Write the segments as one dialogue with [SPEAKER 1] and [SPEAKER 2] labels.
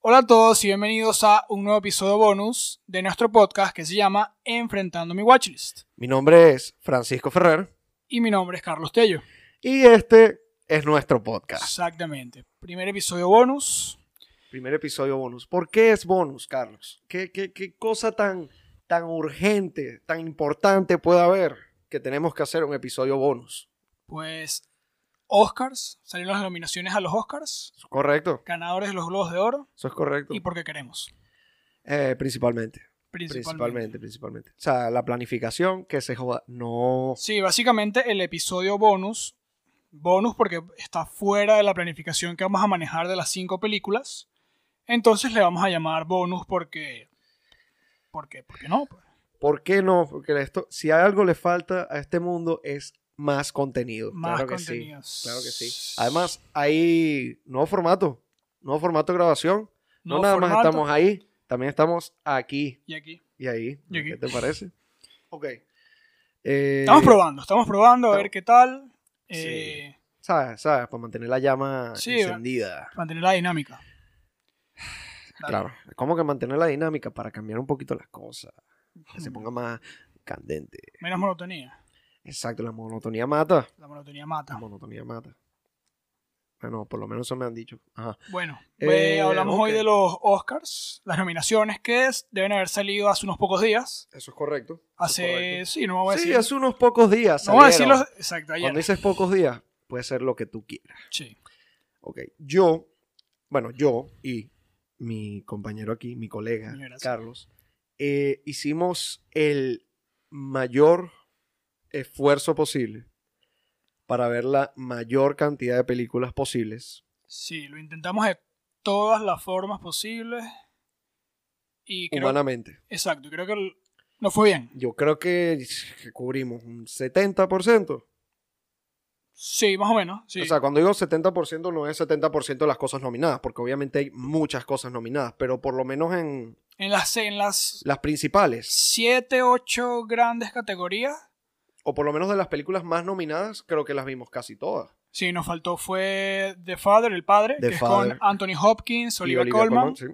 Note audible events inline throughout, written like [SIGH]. [SPEAKER 1] Hola a todos y bienvenidos a un nuevo episodio bonus de nuestro podcast que se llama Enfrentando mi Watchlist.
[SPEAKER 2] Mi nombre es Francisco Ferrer
[SPEAKER 1] Y mi nombre es Carlos Tello.
[SPEAKER 2] y este es nuestro podcast.
[SPEAKER 1] Exactamente. Primer episodio bonus.
[SPEAKER 2] Primer episodio bonus. ¿Por qué es bonus, Carlos? ¿Qué, qué, qué cosa tan, tan urgente, tan importante puede haber que tenemos que hacer un episodio bonus?
[SPEAKER 1] Pues Oscars, salieron las nominaciones a los Oscars,
[SPEAKER 2] ¿Eso es correcto?
[SPEAKER 1] ganadores de los Globos de Oro
[SPEAKER 2] Eso es correcto.
[SPEAKER 1] y porque queremos.
[SPEAKER 2] Eh, principalmente.
[SPEAKER 1] Principalmente.
[SPEAKER 2] Principalmente, principalmente. O sea, la planificación que se joda. No.
[SPEAKER 1] Sí, básicamente el episodio bonus. Bonus porque está fuera de la planificación que vamos a manejar de las cinco películas. Entonces le vamos a llamar bonus porque... Porque, porque no. pues.
[SPEAKER 2] ¿Por qué no? Porque esto, si hay algo le falta a este mundo es más contenido.
[SPEAKER 1] Más
[SPEAKER 2] claro que sí.
[SPEAKER 1] contenidos.
[SPEAKER 2] Claro que sí. Además, hay nuevo formato, nuevo formato de grabación. No
[SPEAKER 1] Nuevo
[SPEAKER 2] nada más
[SPEAKER 1] formato.
[SPEAKER 2] estamos Eh, ahí, también estamos aquí
[SPEAKER 1] Y aquí.
[SPEAKER 2] y ahí.
[SPEAKER 1] Y aquí.
[SPEAKER 2] ¿Qué te parece? ok. Eh,
[SPEAKER 1] Estamos probando, estamos probando a ver
[SPEAKER 2] estamos-
[SPEAKER 1] qué tal.
[SPEAKER 2] Sí.
[SPEAKER 1] Eh,
[SPEAKER 2] ¿Sabes? ¿Sabes? Para mantener la llama
[SPEAKER 1] Sí,
[SPEAKER 2] encendida.
[SPEAKER 1] Mantener la dinámica. Dale.
[SPEAKER 2] Claro. Es como que mantener la dinámica para cambiar un poquito las cosas. Que se ponga más candente.
[SPEAKER 1] Menos monotonía.
[SPEAKER 2] Exacto, la monotonía mata.
[SPEAKER 1] La monotonía
[SPEAKER 2] La
[SPEAKER 1] mata.
[SPEAKER 2] monotonía mata. Bueno, por lo menos eso me han dicho. Ajá.
[SPEAKER 1] Bueno,
[SPEAKER 2] Eh,
[SPEAKER 1] eh, hablamos hoy
[SPEAKER 2] ok.
[SPEAKER 1] de los Oscars, las nominaciones que es- deben haber salido hace unos pocos días.
[SPEAKER 2] Eso es correcto.
[SPEAKER 1] Hace, sí, no vamos a
[SPEAKER 2] Sí,
[SPEAKER 1] decir.
[SPEAKER 2] hace unos pocos días.
[SPEAKER 1] no vamos a decir
[SPEAKER 2] salieron.
[SPEAKER 1] los. Exacto, ayer.
[SPEAKER 2] Cuando dices pocos días, puede ser lo que tú quieras.
[SPEAKER 1] Sí.
[SPEAKER 2] Ok. Yo, bueno, yo y mi compañero aquí, mi colega,
[SPEAKER 1] Gracias.
[SPEAKER 2] Carlos, eh, hicimos el mayor esfuerzo posible para ver la mayor cantidad de películas posibles.
[SPEAKER 1] Sí, lo intentamos de todas las formas posibles. Y creo,
[SPEAKER 2] Humanamente.
[SPEAKER 1] exacto, creo que el- no fue bien.
[SPEAKER 2] Yo creo que, que cubrimos un 70%.
[SPEAKER 1] Sí, más o menos. Sí.
[SPEAKER 2] O sea, cuando digo 70% no es 70% de las cosas nominadas, porque obviamente hay muchas cosas nominadas, pero por lo menos en
[SPEAKER 1] en las, en las
[SPEAKER 2] las principales.
[SPEAKER 1] siete, ocho grandes categorías
[SPEAKER 2] o por lo menos de las películas más nominadas, creo que las vimos casi todas.
[SPEAKER 1] Sí, nos faltó fue The Father, el padre,
[SPEAKER 2] The
[SPEAKER 1] que
[SPEAKER 2] Father.
[SPEAKER 1] es con Anthony Hopkins,
[SPEAKER 2] Y
[SPEAKER 1] Olivia, Colman.
[SPEAKER 2] sí.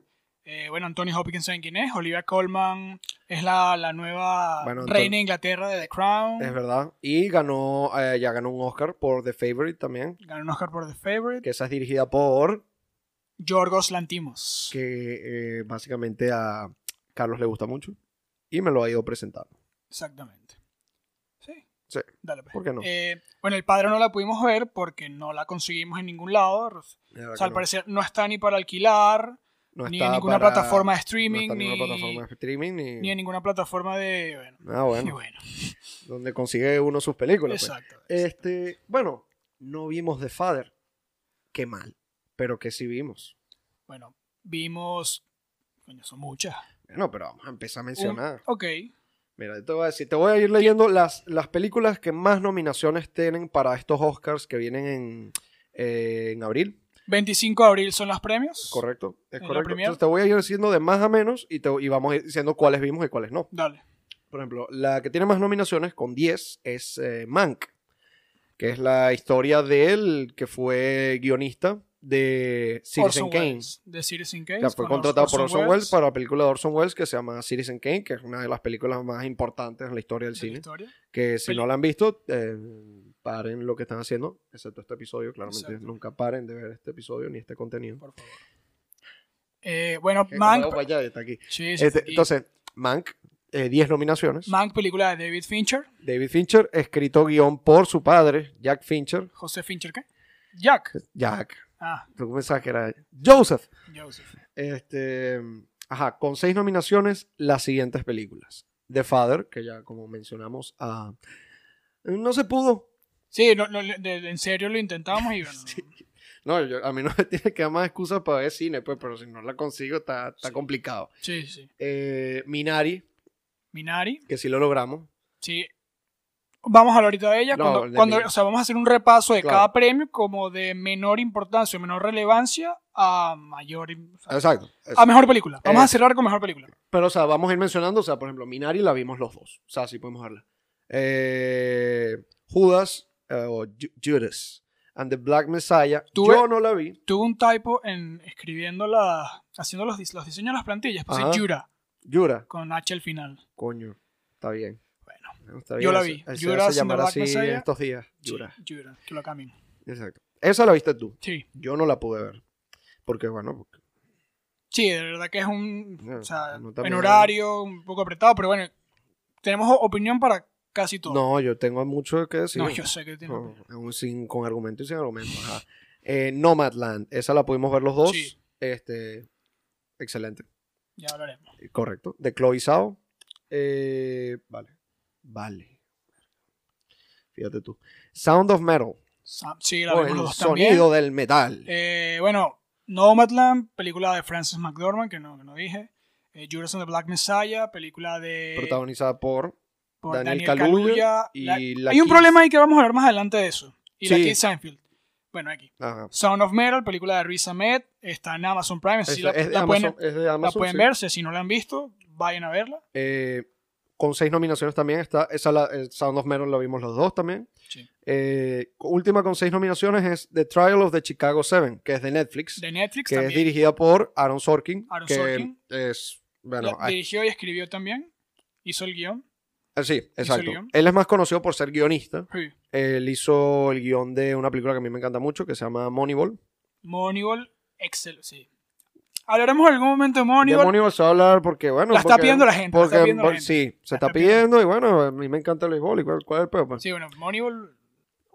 [SPEAKER 1] Eh, bueno, Anthony Hopkins saben quién es. Olivia Colman es la, la nueva
[SPEAKER 2] Bueno, Anton-
[SPEAKER 1] reina de Inglaterra de The Crown.
[SPEAKER 2] Es verdad. Y ganó, eh, ya ganó un Oscar por The Favorite también,
[SPEAKER 1] Ganó un Oscar por The Favorite.
[SPEAKER 2] que esa es dirigida por,
[SPEAKER 1] Yorgos Lantimos.
[SPEAKER 2] que eh, básicamente a Carlos le gusta mucho. Y me lo ha ido presentando.
[SPEAKER 1] Exactamente. Sí.
[SPEAKER 2] Sí.
[SPEAKER 1] Dale, pues.
[SPEAKER 2] ¿Por qué no?
[SPEAKER 1] Eh, bueno, el padre no la pudimos ver porque no la conseguimos en ningún lado. O
[SPEAKER 2] De verdad
[SPEAKER 1] sea,
[SPEAKER 2] que
[SPEAKER 1] al
[SPEAKER 2] no.
[SPEAKER 1] parecer no está ni para alquilar,
[SPEAKER 2] No
[SPEAKER 1] ni
[SPEAKER 2] está
[SPEAKER 1] en ninguna
[SPEAKER 2] para-
[SPEAKER 1] plataforma de
[SPEAKER 2] no
[SPEAKER 1] streaming,
[SPEAKER 2] está en
[SPEAKER 1] ni,
[SPEAKER 2] ninguna plataforma de streaming. Ni...
[SPEAKER 1] ni en ninguna plataforma de. Bueno,
[SPEAKER 2] Ah,
[SPEAKER 1] y
[SPEAKER 2] bueno.
[SPEAKER 1] bueno,
[SPEAKER 2] Donde consigue uno sus películas. pues.
[SPEAKER 1] exacto.
[SPEAKER 2] Este, bueno, no vimos The Father. Qué mal. Pero que sí vimos.
[SPEAKER 1] Bueno, vimos. Coño, son muchas.
[SPEAKER 2] Bueno, pero vamos a empezar a mencionar.
[SPEAKER 1] Ok.
[SPEAKER 2] Mira, yo te voy a decir, te voy a ir leyendo las, las películas que más nominaciones tienen para estos Oscars que vienen en, eh, en abril,
[SPEAKER 1] 25 de abril son los premios.
[SPEAKER 2] ¿correcto? Es
[SPEAKER 1] ¿En la
[SPEAKER 2] correcto.
[SPEAKER 1] primera?
[SPEAKER 2] Entonces te voy a ir diciendo de más a menos y, te, y vamos a ir diciendo cuáles vimos y cuáles no.
[SPEAKER 1] Dale.
[SPEAKER 2] Por ejemplo, la que tiene más nominaciones, con 10, es eh, Mank, que es la historia de él que fue guionista de Citizen
[SPEAKER 1] Orson
[SPEAKER 2] Kane.
[SPEAKER 1] Welles, de Citizen Kane.
[SPEAKER 2] O sea, fue
[SPEAKER 1] con
[SPEAKER 2] contratado por Orson Welles para la película de Orson Welles que se llama Citizen Kane, que es una de las películas más importantes en la historia del
[SPEAKER 1] de la
[SPEAKER 2] cine.
[SPEAKER 1] historia.
[SPEAKER 2] Que si
[SPEAKER 1] Peli-
[SPEAKER 2] no la han visto, eh, paren lo que están haciendo, excepto este episodio. Claramente
[SPEAKER 1] Exacto.
[SPEAKER 2] nunca paren de ver este episodio ni este contenido.
[SPEAKER 1] Por favor. Eh, bueno,
[SPEAKER 2] Que
[SPEAKER 1] Mank.
[SPEAKER 2] Gustavo Guayá está aquí.
[SPEAKER 1] Sí, sí,
[SPEAKER 2] Este,
[SPEAKER 1] y
[SPEAKER 2] entonces, Mank, eh, 10 nominaciones.
[SPEAKER 1] Mank, película de David Fincher.
[SPEAKER 2] David Fincher, escrito guión por su padre, Jack Fincher.
[SPEAKER 1] José Fincher, ¿qué? Jack.
[SPEAKER 2] Jack,
[SPEAKER 1] Ah,
[SPEAKER 2] tú pensabas que era Joseph.
[SPEAKER 1] Joseph.
[SPEAKER 2] Este, ajá, con seis nominaciones, las siguientes películas. The Father, que ya como mencionamos, ah, no se pudo.
[SPEAKER 1] Sí, no, no, de- de- en serio lo
[SPEAKER 2] [LAUGHS]
[SPEAKER 1] intentamos y bueno.
[SPEAKER 2] Sí. No, yo- a mí no me [LAUGHS] tiene que dar más excusas para ver cine, pues, pero si no la consigo está, está
[SPEAKER 1] Sí.
[SPEAKER 2] complicado.
[SPEAKER 1] Sí, sí.
[SPEAKER 2] Eh, Minari,
[SPEAKER 1] Minari.
[SPEAKER 2] que sí lo logramos.
[SPEAKER 1] Sí. Vamos a hablar ahorita de ella.
[SPEAKER 2] No,
[SPEAKER 1] cuando,
[SPEAKER 2] de
[SPEAKER 1] cuando-
[SPEAKER 2] mí.
[SPEAKER 1] o sea, vamos a hacer un repaso de
[SPEAKER 2] Claro.
[SPEAKER 1] cada premio como de menor importancia o menor relevancia a mayor. im- o sea,
[SPEAKER 2] Exacto.
[SPEAKER 1] a mejor película. Vamos a
[SPEAKER 2] Eso.
[SPEAKER 1] cerrar con mejor película.
[SPEAKER 2] Pero, o sea, vamos a ir mencionando, o sea, por ejemplo, Minari la vimos los dos. O sea, sí podemos verla. Eh, Judas, eh, o Ju- Judas, and the Black Messiah.
[SPEAKER 1] Tuve-
[SPEAKER 2] Yo no la vi.
[SPEAKER 1] Tuve un typo en escribiendo la, haciendo los, dis- los diseños de las plantillas. Puse
[SPEAKER 2] Ajá.
[SPEAKER 1] Jura
[SPEAKER 2] Yura,
[SPEAKER 1] con H al final.
[SPEAKER 2] coño, está bien.
[SPEAKER 1] Bueno,
[SPEAKER 2] Está
[SPEAKER 1] Yo la
[SPEAKER 2] ese-
[SPEAKER 1] vi.
[SPEAKER 2] ese
[SPEAKER 1] Yura, Sin
[SPEAKER 2] hace
[SPEAKER 1] the
[SPEAKER 2] llamar
[SPEAKER 1] Black
[SPEAKER 2] así
[SPEAKER 1] Messiah.
[SPEAKER 2] en estos días.
[SPEAKER 1] sí,
[SPEAKER 2] Yura.
[SPEAKER 1] Jura, que lo cambien.
[SPEAKER 2] Exacto. Esa la viste tú.
[SPEAKER 1] Sí,
[SPEAKER 2] Yo no la pude ver. Porque, bueno, porque-
[SPEAKER 1] sí, de verdad que es un.
[SPEAKER 2] No,
[SPEAKER 1] o sea,
[SPEAKER 2] no
[SPEAKER 1] en
[SPEAKER 2] también-
[SPEAKER 1] horario, un poco apretado, pero bueno, tenemos o- opinión para casi todo.
[SPEAKER 2] no, yo tengo mucho que decir.
[SPEAKER 1] No, yo sé que tiene
[SPEAKER 2] Con,
[SPEAKER 1] opinión.
[SPEAKER 2] un- sin- con argumento y sin argumento. Ajá. Eh, Nomadland, esa la pudimos ver los dos.
[SPEAKER 1] Sí.
[SPEAKER 2] Este, excelente,
[SPEAKER 1] Ya hablaremos.
[SPEAKER 2] correcto. De Chloe Zhao. Eh, vale, vale. Fíjate tú. Sound of Metal.
[SPEAKER 1] Sam- Sí, la
[SPEAKER 2] o
[SPEAKER 1] vimos
[SPEAKER 2] el
[SPEAKER 1] los dos también.
[SPEAKER 2] sonido del metal.
[SPEAKER 1] Eh, bueno, Nomadland, película de Frances McDormand, que no, que no dije. Eh, Judas and the Black Messiah, película de
[SPEAKER 2] protagonizada por
[SPEAKER 1] por
[SPEAKER 2] Daniel
[SPEAKER 1] Daniel,
[SPEAKER 2] Kaluuya
[SPEAKER 1] Kaluuya.
[SPEAKER 2] y
[SPEAKER 1] La-
[SPEAKER 2] la
[SPEAKER 1] hay un
[SPEAKER 2] Keith-
[SPEAKER 1] problema ahí que vamos a hablar más adelante de eso. Y la
[SPEAKER 2] Sí.
[SPEAKER 1] Keith Seinfeld. Bueno, aquí.
[SPEAKER 2] Ajá.
[SPEAKER 1] Sound of Metal, película de Riz Ahmed, está en Amazon Prime.
[SPEAKER 2] Es,
[SPEAKER 1] así la,
[SPEAKER 2] es de
[SPEAKER 1] la
[SPEAKER 2] Amazon,
[SPEAKER 1] pueden,
[SPEAKER 2] es de
[SPEAKER 1] la
[SPEAKER 2] Amazon,
[SPEAKER 1] pueden
[SPEAKER 2] sí.
[SPEAKER 1] ver, si- si no la han visto, vayan a verla.
[SPEAKER 2] Eh, con seis nominaciones también está. Esa la, el Sound of Metal la vimos los dos también.
[SPEAKER 1] Sí.
[SPEAKER 2] Eh, última con seis nominaciones es The Trial of the Chicago Seven, que es de Netflix,
[SPEAKER 1] De Netflix
[SPEAKER 2] que es
[SPEAKER 1] también.
[SPEAKER 2] dirigida por Aaron Sorkin,
[SPEAKER 1] Aaron
[SPEAKER 2] que
[SPEAKER 1] Sorkin.
[SPEAKER 2] es bueno,
[SPEAKER 1] La-
[SPEAKER 2] ah,
[SPEAKER 1] dirigió y escribió también. Hizo el guión.
[SPEAKER 2] ah, sí, exacto.
[SPEAKER 1] guión.
[SPEAKER 2] Él es más conocido por ser guionista.
[SPEAKER 1] Sí.
[SPEAKER 2] Él hizo el guión de una película que a mí me encanta mucho que se llama Moneyball.
[SPEAKER 1] Moneyball, Excel, sí. Hablaremos en algún momento de Moneyball.
[SPEAKER 2] de Moneyball se va a hablar porque bueno,
[SPEAKER 1] La está
[SPEAKER 2] porque-
[SPEAKER 1] pidiendo la gente, la está
[SPEAKER 2] porque-
[SPEAKER 1] pidiendo la
[SPEAKER 2] por-
[SPEAKER 1] gente.
[SPEAKER 2] sí, se
[SPEAKER 1] La
[SPEAKER 2] está,
[SPEAKER 1] está pidiendo.
[SPEAKER 2] pidiendo y bueno, a mí me encanta el béisbol y cuál, cuál es el peor.
[SPEAKER 1] Sí, bueno, Moneyball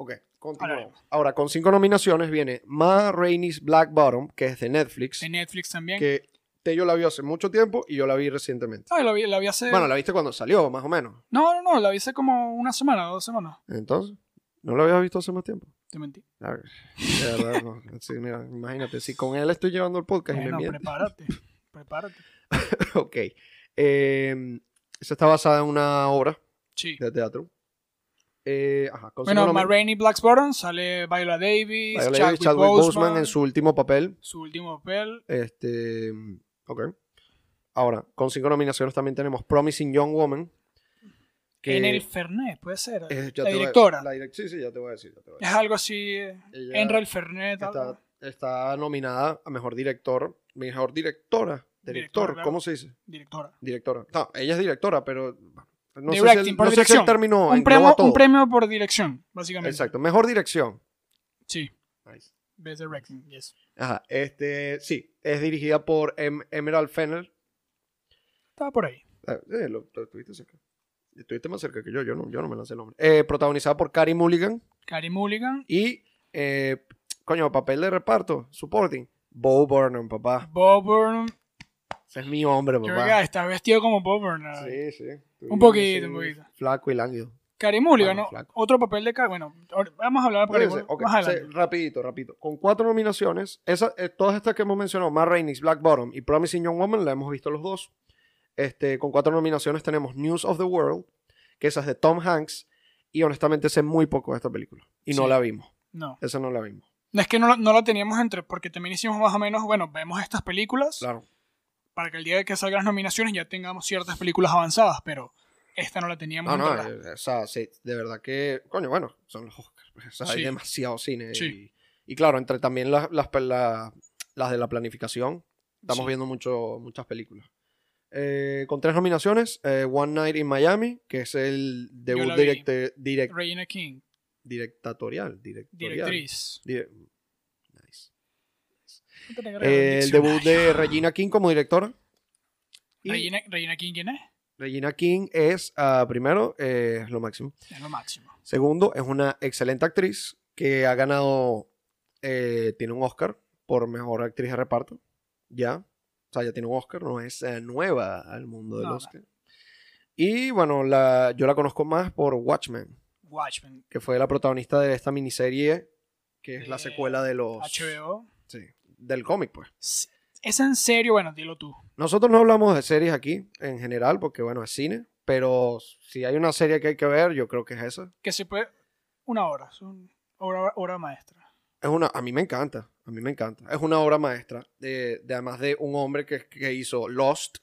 [SPEAKER 2] Ok,
[SPEAKER 1] Ahora.
[SPEAKER 2] continuamos. Ahora, con cinco nominaciones viene Ma Rainey's Black Bottom, que es de Netflix,
[SPEAKER 1] de Netflix también.
[SPEAKER 2] que Tello la vio hace mucho tiempo y yo la vi recientemente.
[SPEAKER 1] Ah, la vi, la vi hace...
[SPEAKER 2] Bueno, la viste cuando salió, más o menos.
[SPEAKER 1] No, no, no, la vi hace como una semana, dos semanas.
[SPEAKER 2] Entonces, ¿no la habías visto hace más tiempo?
[SPEAKER 1] Te mentí.
[SPEAKER 2] A ver, de verdad,
[SPEAKER 1] [LAUGHS]
[SPEAKER 2] no. Sí, mira, imagínate, si con él estoy llevando el podcast y me
[SPEAKER 1] Bueno,
[SPEAKER 2] miente.
[SPEAKER 1] prepárate, prepárate.
[SPEAKER 2] [LAUGHS] ok. Eh, esa está basada en una obra
[SPEAKER 1] Sí.
[SPEAKER 2] de teatro. Eh, ajá, con
[SPEAKER 1] Bueno,
[SPEAKER 2] cinco
[SPEAKER 1] Ma
[SPEAKER 2] nomi-
[SPEAKER 1] Rainey Black's Bottom sale Viola Davis,
[SPEAKER 2] Viola Davis,
[SPEAKER 1] Chadwick,
[SPEAKER 2] Chadwick
[SPEAKER 1] Boseman,
[SPEAKER 2] Boseman en su último papel.
[SPEAKER 1] su último papel.
[SPEAKER 2] Este, ok. Ahora, con cinco nominaciones también tenemos Promising Young Woman. Que Eh,
[SPEAKER 1] En el Fernet, puede ser.
[SPEAKER 2] es- ya
[SPEAKER 1] la
[SPEAKER 2] te voy a-
[SPEAKER 1] directora.
[SPEAKER 2] la direc- sí, sí, ya te voy a decir. ya te voy a
[SPEAKER 1] Es algo así. eh,
[SPEAKER 2] decir. Ella
[SPEAKER 1] Enra el Fernet. algo.
[SPEAKER 2] está, está nominada a Mejor Director, Mejor Directora, Director,
[SPEAKER 1] Directora, claro.
[SPEAKER 2] ¿cómo se dice?
[SPEAKER 1] Directora.
[SPEAKER 2] Directora. No, ella es directora, pero no sé
[SPEAKER 1] Directing,
[SPEAKER 2] si el,
[SPEAKER 1] por
[SPEAKER 2] no sé si el
[SPEAKER 1] dirección.
[SPEAKER 2] término
[SPEAKER 1] un,
[SPEAKER 2] engloba
[SPEAKER 1] premio,
[SPEAKER 2] todo.
[SPEAKER 1] un premio por dirección, básicamente.
[SPEAKER 2] Exacto, Mejor Dirección.
[SPEAKER 1] Sí. Best Directing, yes.
[SPEAKER 2] Ajá, este, sí, es dirigida por Em- Emerald Fennel.
[SPEAKER 1] Estaba por ahí.
[SPEAKER 2] Ah, eh, lo, lo estuviste cerca. Estuviste más cerca que yo, yo no, yo no me lancé el nombre. Eh, protagonizada por Carey Mulligan
[SPEAKER 1] Carey Mulligan.
[SPEAKER 2] y, eh, coño, papel de reparto, supporting. Bo Burnham, papá.
[SPEAKER 1] Bob Burnham.
[SPEAKER 2] Ese es mi hombre,
[SPEAKER 1] Creo que
[SPEAKER 2] papá.
[SPEAKER 1] está vestido como Bob Burnham.
[SPEAKER 2] Sí, sí.
[SPEAKER 1] Un poquito, un poquito.
[SPEAKER 2] Flaco y lánguido.
[SPEAKER 1] Carey Mulligan,
[SPEAKER 2] Bueno,
[SPEAKER 1] ¿no?
[SPEAKER 2] flaco.
[SPEAKER 1] Otro papel de... Ca- Bueno, ahora vamos a hablar de Carey
[SPEAKER 2] Parece,
[SPEAKER 1] Mulligan
[SPEAKER 2] ok,
[SPEAKER 1] más adelante.
[SPEAKER 2] sí, rapidito, rapidito. Con cuatro nominaciones, esa, eh, todas estas que hemos mencionado, Ma Rainey's, Black Bottom y Promising Young Woman, la hemos visto los dos. Este, con cuatro nominaciones tenemos News of the World, que esa es de Tom Hanks, y honestamente sé muy poco de esta película. Y no
[SPEAKER 1] Sí.
[SPEAKER 2] la vimos.
[SPEAKER 1] No.
[SPEAKER 2] Esa no la vimos.
[SPEAKER 1] No es que no, la- no la teníamos entre... Porque también hicimos más o menos... Bueno, vemos estas películas
[SPEAKER 2] Claro.
[SPEAKER 1] para que el día de que salgan las nominaciones ya tengamos ciertas películas avanzadas, pero esta no la teníamos
[SPEAKER 2] No, no,
[SPEAKER 1] entre las-
[SPEAKER 2] eh, o sea, sí, de verdad que, coño, bueno, son los Oscars. [LAUGHS] pues, o sea, hay
[SPEAKER 1] Sí.
[SPEAKER 2] demasiado cine.
[SPEAKER 1] Sí.
[SPEAKER 2] Y, y claro, entre también las, las, pe- la- las de la planificación, estamos
[SPEAKER 1] Sí.
[SPEAKER 2] viendo mucho, muchas películas. Eh, con tres nominaciones, eh, One Night in Miami, que es el debut
[SPEAKER 1] la vi.
[SPEAKER 2] directe- direct-
[SPEAKER 1] Regina King,
[SPEAKER 2] directatorial. directorial.
[SPEAKER 1] directriz.
[SPEAKER 2] Dire- nice.
[SPEAKER 1] No te regalas
[SPEAKER 2] Eh,
[SPEAKER 1] un
[SPEAKER 2] el debut
[SPEAKER 1] diccionario.
[SPEAKER 2] de Regina King como directora. Y Regina,
[SPEAKER 1] Regina, Regina King, ¿quién es?
[SPEAKER 2] King es, ah, primero, eh, es lo máximo.
[SPEAKER 1] Es lo máximo.
[SPEAKER 2] Segundo, es una excelente actriz que ha ganado, eh, tiene un Oscar por mejor actriz de reparto. Ya, o sea, ya tiene un Oscar, no es eh, nueva al mundo del
[SPEAKER 1] No, no.
[SPEAKER 2] Oscar. Y bueno, la, yo la conozco más por Watchmen,
[SPEAKER 1] Watchmen,
[SPEAKER 2] que fue la protagonista de esta miniserie, que es la
[SPEAKER 1] De
[SPEAKER 2] secuela de los...
[SPEAKER 1] HBO.
[SPEAKER 2] Sí, del cómic, pues.
[SPEAKER 1] S- ¿Es en serio? Bueno, dilo tú.
[SPEAKER 2] Nosotros no hablamos de series aquí, en general, porque bueno, es cine, pero si hay una serie que hay que ver, yo creo que es esa.
[SPEAKER 1] Que se puede... Una hora, es una obra, obra maestra.
[SPEAKER 2] Es una, a mí me encanta, a mí me encanta. Es una obra maestra, de, de además de un hombre que, que hizo Lost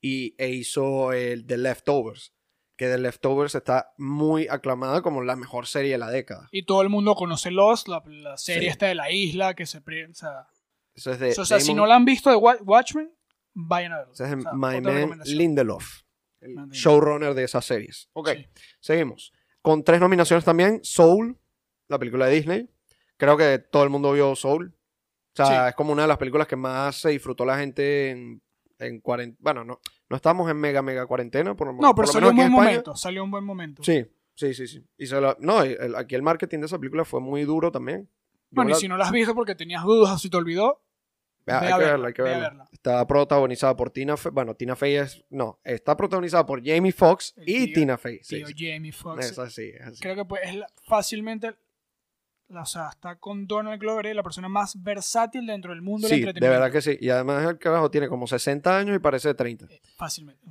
[SPEAKER 2] y, e hizo el The Leftovers, que The Leftovers está muy aclamada como la mejor serie de la década.
[SPEAKER 1] Y todo el mundo conoce Lost, la, la serie
[SPEAKER 2] Sí.
[SPEAKER 1] esta de la isla que se... pre- O sea,
[SPEAKER 2] Eso es de,
[SPEAKER 1] o sea, si
[SPEAKER 2] Damon-
[SPEAKER 1] no la han visto de Wa- Watchmen, vayan a verlo.
[SPEAKER 2] eso es de
[SPEAKER 1] O sea,
[SPEAKER 2] My
[SPEAKER 1] otra
[SPEAKER 2] Man
[SPEAKER 1] recomendación.
[SPEAKER 2] Lindelof, el
[SPEAKER 1] Man Lindelof.
[SPEAKER 2] showrunner de esas series. Ok,
[SPEAKER 1] Sí.
[SPEAKER 2] seguimos. Con tres nominaciones también, Soul, la película de Disney. Creo que todo el mundo vio Soul. O sea,
[SPEAKER 1] Sí.
[SPEAKER 2] es como una de las películas que más se disfrutó la gente en, en cuarentena. Bueno, no, no estamos en mega, mega cuarentena, por lo
[SPEAKER 1] No, pero
[SPEAKER 2] por lo
[SPEAKER 1] salió
[SPEAKER 2] menos
[SPEAKER 1] un
[SPEAKER 2] aquí en
[SPEAKER 1] buen
[SPEAKER 2] España.
[SPEAKER 1] momento, salió un buen momento.
[SPEAKER 2] Sí, sí, sí, sí. Y se la- no, y el- aquí el marketing de esa película fue muy duro también. Yo
[SPEAKER 1] Bueno,
[SPEAKER 2] la-
[SPEAKER 1] y si no la has visto porque tenías dudas o si te olvidó,
[SPEAKER 2] Ah,
[SPEAKER 1] ve a
[SPEAKER 2] hay que
[SPEAKER 1] verla,
[SPEAKER 2] verla, hay que
[SPEAKER 1] ve a
[SPEAKER 2] verla.
[SPEAKER 1] verla.
[SPEAKER 2] Está protagonizada por Tina Fey. Bueno, Tina Fey es. No, está protagonizada por Jamie Foxx
[SPEAKER 1] El
[SPEAKER 2] y
[SPEAKER 1] tío-
[SPEAKER 2] Tina Fey. Sí,
[SPEAKER 1] tío
[SPEAKER 2] sí.
[SPEAKER 1] Jamie Foxx.
[SPEAKER 2] es así, es así.
[SPEAKER 1] Creo que pues, es la- fácilmente, la- o sea, está con Donald Glover, eh, la persona más versátil dentro del mundo
[SPEAKER 2] Sí,
[SPEAKER 1] del
[SPEAKER 2] de
[SPEAKER 1] entretenimiento.
[SPEAKER 2] verdad que sí. Y además el carajo tiene como 60 años y parece de 30.
[SPEAKER 1] Eh, Fácilmente,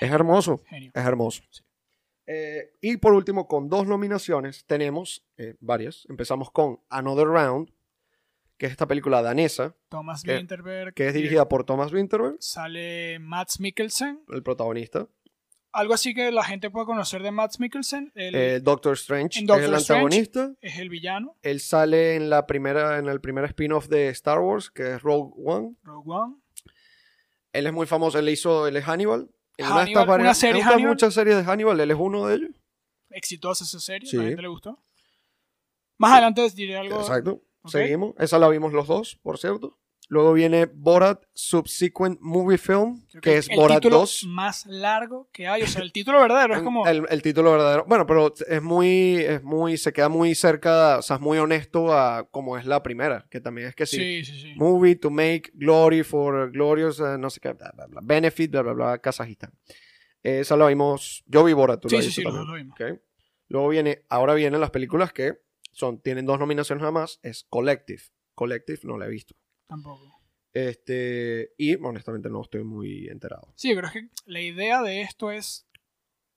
[SPEAKER 2] Es hermoso.
[SPEAKER 1] genio.
[SPEAKER 2] Es hermoso.
[SPEAKER 1] Sí.
[SPEAKER 2] Eh, y por último, con dos nominaciones, tenemos eh, varias. Empezamos con Another Round, que es esta película danesa,
[SPEAKER 1] Thomas
[SPEAKER 2] que-
[SPEAKER 1] Winterberg.
[SPEAKER 2] que es dirigida por Thomas Winterberg,
[SPEAKER 1] Sale Mads Mikkelsen.
[SPEAKER 2] el protagonista.
[SPEAKER 1] Algo así que la gente puede conocer de Mads Mikkelsen. Él
[SPEAKER 2] Eh, Doctor Strange
[SPEAKER 1] en
[SPEAKER 2] es
[SPEAKER 1] Doctor
[SPEAKER 2] el
[SPEAKER 1] Strange.
[SPEAKER 2] antagonista.
[SPEAKER 1] es el villano,
[SPEAKER 2] Él sale en la primera, en el primer spin-off de Star Wars, que es Rogue One.
[SPEAKER 1] Rogue One.
[SPEAKER 2] Él es muy famoso, él hizo, él es Hannibal. En una de
[SPEAKER 1] Hannibal,
[SPEAKER 2] estas varias-
[SPEAKER 1] una serie
[SPEAKER 2] en estas
[SPEAKER 1] Hannibal.
[SPEAKER 2] muchas series de Hannibal, él es uno de ellos.
[SPEAKER 1] Exitosa esa serie,
[SPEAKER 2] Sí.
[SPEAKER 1] a la gente le gustó. Más adelante os diré algo.
[SPEAKER 2] Exacto.
[SPEAKER 1] Ok.
[SPEAKER 2] Seguimos. Esa la vimos los dos, por cierto. Luego viene Borat Subsequent Movie Film, que,
[SPEAKER 1] Creo
[SPEAKER 2] es
[SPEAKER 1] el
[SPEAKER 2] Borat
[SPEAKER 1] título
[SPEAKER 2] 2.
[SPEAKER 1] más largo que hay. O sea, el título verdadero es
[SPEAKER 2] En-
[SPEAKER 1] como.
[SPEAKER 2] el, el título verdadero. Bueno, pero es muy, es muy, se queda muy cerca, o sea, es muy honesto a como es la primera, que también es que sí.
[SPEAKER 1] Sí, sí, sí.
[SPEAKER 2] Movie to make glory for glorious, eh, no sé qué, bla, bla, bla, benefit, bla, bla, bla, Kazajistán. Eh, esa la vimos, yo vi Borat, tú
[SPEAKER 1] Sí,
[SPEAKER 2] la
[SPEAKER 1] sí,
[SPEAKER 2] viste
[SPEAKER 1] sí, los
[SPEAKER 2] también.
[SPEAKER 1] dos lo vimos.
[SPEAKER 2] Ok. Luego viene, ahora vienen las películas que son, tienen dos nominaciones nada más, es Collective. Collective no la he visto.
[SPEAKER 1] Tampoco.
[SPEAKER 2] Este, y honestamente no estoy muy enterado.
[SPEAKER 1] Sí, pero es que la idea de esto es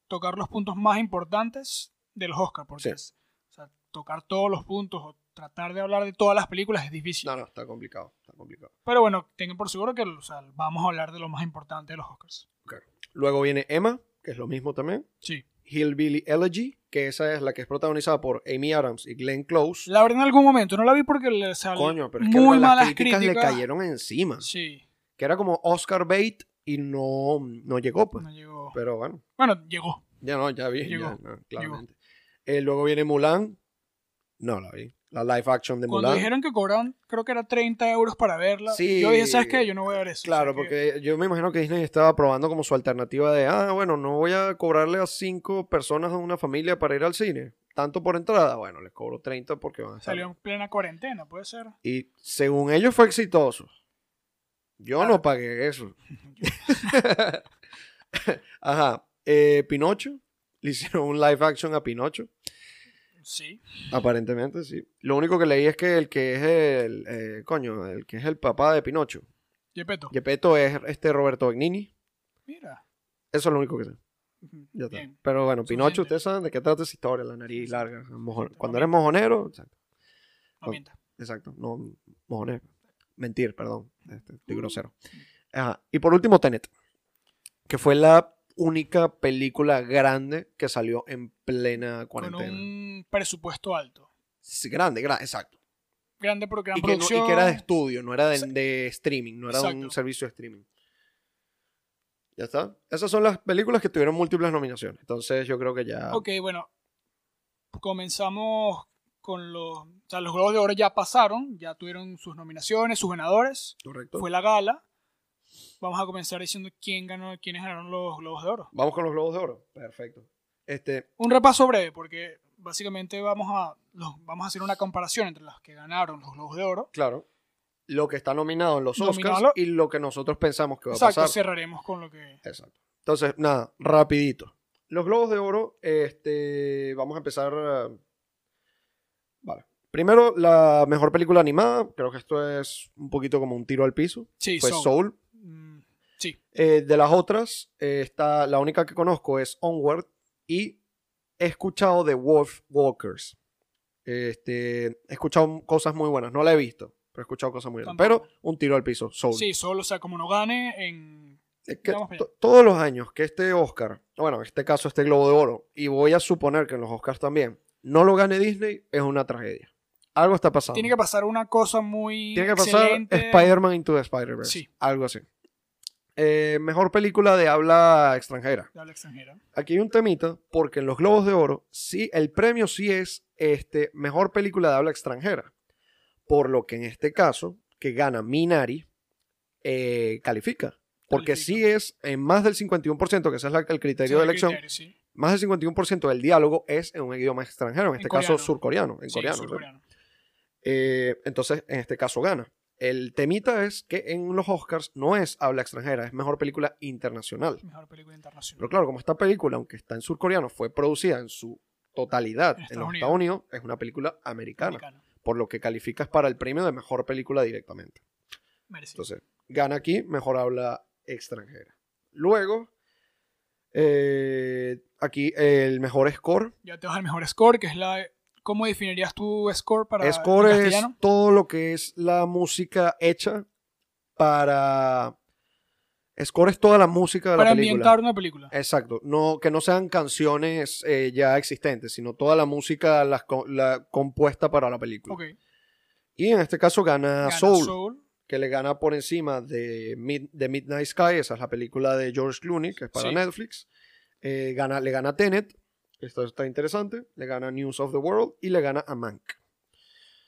[SPEAKER 1] tocar los puntos más importantes de los Oscars. Porque
[SPEAKER 2] Sí.
[SPEAKER 1] es- o sea, tocar todos los puntos o tratar de hablar de todas las películas es difícil.
[SPEAKER 2] No, no, está complicado, está complicado.
[SPEAKER 1] Pero bueno, tengan por seguro que o sea, vamos a hablar de lo más importante de los Oscars.
[SPEAKER 2] Luego viene Emma, que es lo mismo también.
[SPEAKER 1] Sí.
[SPEAKER 2] Hillbilly Elegy, que esa es la que es protagonizada por Amy Adams y Glenn Close.
[SPEAKER 1] La verdad en algún momento no la vi porque le salió
[SPEAKER 2] Coño, pero es que
[SPEAKER 1] muy
[SPEAKER 2] las
[SPEAKER 1] malas
[SPEAKER 2] críticas,
[SPEAKER 1] críticas.
[SPEAKER 2] le cayeron encima.
[SPEAKER 1] Sí,
[SPEAKER 2] Que era como Oscar Bait y no, no llegó, pues.
[SPEAKER 1] no llegó.
[SPEAKER 2] Pero bueno,
[SPEAKER 1] Bueno, llegó.
[SPEAKER 2] ya no, ya vi,
[SPEAKER 1] Llegó,
[SPEAKER 2] ya, no, claramente. Eh, luego viene Mulan. No la vi. La live action de
[SPEAKER 1] Cuando
[SPEAKER 2] Mulan.
[SPEAKER 1] dijeron que cobraban, creo que era 30 euros para verla.
[SPEAKER 2] Sí.
[SPEAKER 1] Yo dije, ¿sabes qué? Yo no voy a ver eso.
[SPEAKER 2] Claro,
[SPEAKER 1] O sea, que-
[SPEAKER 2] porque yo me imagino que Disney estaba probando como su alternativa de, ah, bueno, no voy a cobrarle a cinco personas de una familia para ir al cine. Tanto por entrada, bueno, les cobro 30 porque van a estar.
[SPEAKER 1] Salió en plena cuarentena, puede ser.
[SPEAKER 2] Y según ellos fue exitoso. Yo
[SPEAKER 1] Claro.
[SPEAKER 2] no pagué eso.
[SPEAKER 1] [LAUGHS]
[SPEAKER 2] [LAUGHS] Ajá. Eh, Pinocho. Le hicieron un live action a Pinocho.
[SPEAKER 1] Sí.
[SPEAKER 2] Aparentemente, sí. Lo único que leí es que el que es el. eh, coño, el que es el papá de Pinocho.
[SPEAKER 1] Yepeto.
[SPEAKER 2] Gepetto es este Roberto Benigni.
[SPEAKER 1] Mira.
[SPEAKER 2] Eso es lo único que sé. Ya está.
[SPEAKER 1] Bien.
[SPEAKER 2] Pero bueno, Pinocho,
[SPEAKER 1] Suficiente.
[SPEAKER 2] ustedes saben de qué trata esa historia, la nariz larga. mojón-
[SPEAKER 1] No
[SPEAKER 2] Cuando eres mojonero, exacto,
[SPEAKER 1] No mientas.
[SPEAKER 2] exacto, no mojonero. Mentir, perdón, este, estoy grosero. Ajá, Y por último, Tenet, que fue la única película grande que salió en plena
[SPEAKER 1] Con
[SPEAKER 2] cuarentena.
[SPEAKER 1] un presupuesto alto.
[SPEAKER 2] Sí, grande, grande, exacto.
[SPEAKER 1] Grande pro- gran
[SPEAKER 2] Y que, no- y que
[SPEAKER 1] producción.
[SPEAKER 2] era de estudio, no era de,
[SPEAKER 1] Exacto.
[SPEAKER 2] de streaming, no era de un
[SPEAKER 1] Exacto.
[SPEAKER 2] servicio de streaming. Ya está. Esas son las películas que tuvieron múltiples nominaciones. Entonces yo creo que ya...
[SPEAKER 1] Ok, bueno. Comenzamos con los... O sea, los Globos de Oro ya pasaron. Ya tuvieron sus nominaciones, sus ganadores.
[SPEAKER 2] Correcto.
[SPEAKER 1] Fue la gala. Vamos a comenzar diciendo quién ganó, quiénes ganaron los Globos de Oro.
[SPEAKER 2] Vamos con los globos de oro. Perfecto. Este,
[SPEAKER 1] un repaso breve, porque básicamente vamos a, los- vamos a hacer una comparación entre las que ganaron los Globos de Oro.
[SPEAKER 2] claro, lo que está nominado en los Oscars
[SPEAKER 1] Nominado.
[SPEAKER 2] y lo que nosotros pensamos que va a
[SPEAKER 1] Exacto,
[SPEAKER 2] pasar.
[SPEAKER 1] cerraremos con lo que...
[SPEAKER 2] Exacto. Entonces, nada, rapidito. Los globos de oro, este, vamos a empezar. eh, Vale. Primero, la mejor película animada. Creo que esto es un poquito como un tiro al piso.
[SPEAKER 1] Sí,
[SPEAKER 2] Fue
[SPEAKER 1] Soul.
[SPEAKER 2] Pues Soul.
[SPEAKER 1] Mm, sí,
[SPEAKER 2] Eh, de las otras, eh, está, la única que conozco es Onward y he escuchado de Wolf Walkers. Este, he escuchado cosas muy buenas, no la he visto, pero he escuchado cosas muy buenas.
[SPEAKER 1] Tampoco.
[SPEAKER 2] Pero un tiro al piso, Soul.
[SPEAKER 1] sí, solo, o sea, como no gane en
[SPEAKER 2] Es que
[SPEAKER 1] Vamos para
[SPEAKER 2] to- todos los años que este Oscar, bueno, en este caso este Globo de Oro, y voy a suponer que en los Oscars también, no lo gane Disney, es una tragedia. Algo está pasando.
[SPEAKER 1] Tiene que pasar una cosa muy.
[SPEAKER 2] Tiene que pasar
[SPEAKER 1] excelente.
[SPEAKER 2] Spider-Man into the Spider-Verse.
[SPEAKER 1] Sí.
[SPEAKER 2] Algo así. Eh, mejor película de habla extranjera.
[SPEAKER 1] de habla extranjera.
[SPEAKER 2] Aquí hay un temita, porque en los Globos de Oro, sí, el premio sí es este, mejor película de habla extranjera. Por lo que en este caso, que gana Minari, eh, califica. Porque
[SPEAKER 1] Califica.
[SPEAKER 2] sí es en más del 51%, que ese es la- el criterio
[SPEAKER 1] Sí,
[SPEAKER 2] de
[SPEAKER 1] el
[SPEAKER 2] elección,
[SPEAKER 1] criterio, sí.
[SPEAKER 2] más del 51% del diálogo es en un idioma extranjero, en
[SPEAKER 1] En
[SPEAKER 2] este caso
[SPEAKER 1] coreano.
[SPEAKER 2] surcoreano, en
[SPEAKER 1] Sí,
[SPEAKER 2] coreano. ¿verdad?
[SPEAKER 1] surcoreano.
[SPEAKER 2] Eh, entonces, en este caso gana. El temita es que en los Oscars no es habla extranjera, es mejor película internacional.
[SPEAKER 1] Mejor película internacional.
[SPEAKER 2] Pero claro, como esta película, aunque está en surcoreano, fue producida en su totalidad
[SPEAKER 1] En
[SPEAKER 2] en,
[SPEAKER 1] Estados
[SPEAKER 2] los
[SPEAKER 1] Unidos.
[SPEAKER 2] Estados Unidos, es una película americana,
[SPEAKER 1] Americana.
[SPEAKER 2] por lo que calificas para el premio de mejor película directamente.
[SPEAKER 1] Merecido.
[SPEAKER 2] Entonces, gana aquí, mejor habla extranjera. Luego, eh, aquí el mejor score.
[SPEAKER 1] ya te vas al mejor score, que es la. ¿Cómo definirías tu score para
[SPEAKER 2] Score
[SPEAKER 1] en
[SPEAKER 2] es
[SPEAKER 1] castellano?
[SPEAKER 2] todo lo que es la música hecha para. Score es toda la música de
[SPEAKER 1] Para
[SPEAKER 2] la película. Eh,
[SPEAKER 1] ambientar una película.
[SPEAKER 2] Exacto. No, que no sean canciones eh, ya existentes, sino toda la música las co- la compuesta para la película.
[SPEAKER 1] Ok.
[SPEAKER 2] Y en este caso gana,
[SPEAKER 1] Gana
[SPEAKER 2] ah, Soul, que le gana por encima de, Mid- de Midnight Sky, esa es la película de George Clooney, que es para
[SPEAKER 1] Sí.
[SPEAKER 2] Netflix. Eh, gana, le gana Tenet, esto está interesante. Le gana News of the World y le gana a Mank.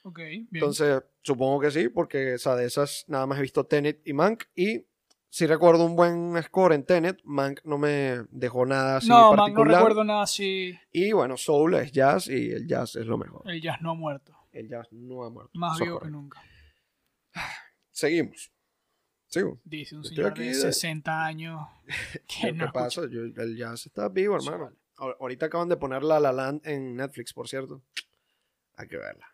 [SPEAKER 1] Ok, bien.
[SPEAKER 2] Entonces, supongo que sí, porque o sea, de esas nada más he visto Tenet y Mank. Y si recuerdo un buen score en Tenet, Mank no me dejó nada así
[SPEAKER 1] no, man, no
[SPEAKER 2] particular.
[SPEAKER 1] recuerdo nada si
[SPEAKER 2] Y bueno, Soul es jazz y el jazz es lo mejor.
[SPEAKER 1] el jazz no ha muerto.
[SPEAKER 2] El jazz no ha muerto.
[SPEAKER 1] Más
[SPEAKER 2] Eso es
[SPEAKER 1] vivo que
[SPEAKER 2] correcto.
[SPEAKER 1] nunca.
[SPEAKER 2] Seguimos. Sigo.
[SPEAKER 1] Dice un
[SPEAKER 2] Estoy
[SPEAKER 1] señor
[SPEAKER 2] aquí
[SPEAKER 1] de
[SPEAKER 2] de-
[SPEAKER 1] 60
[SPEAKER 2] [LAUGHS]
[SPEAKER 1] años que
[SPEAKER 2] Lo
[SPEAKER 1] no
[SPEAKER 2] que pasa, yo- el jazz está vivo,
[SPEAKER 1] Sí,
[SPEAKER 2] hermano. Ahor- Ahorita acaban de poner La La Land en Netflix, por cierto. Hay que verla.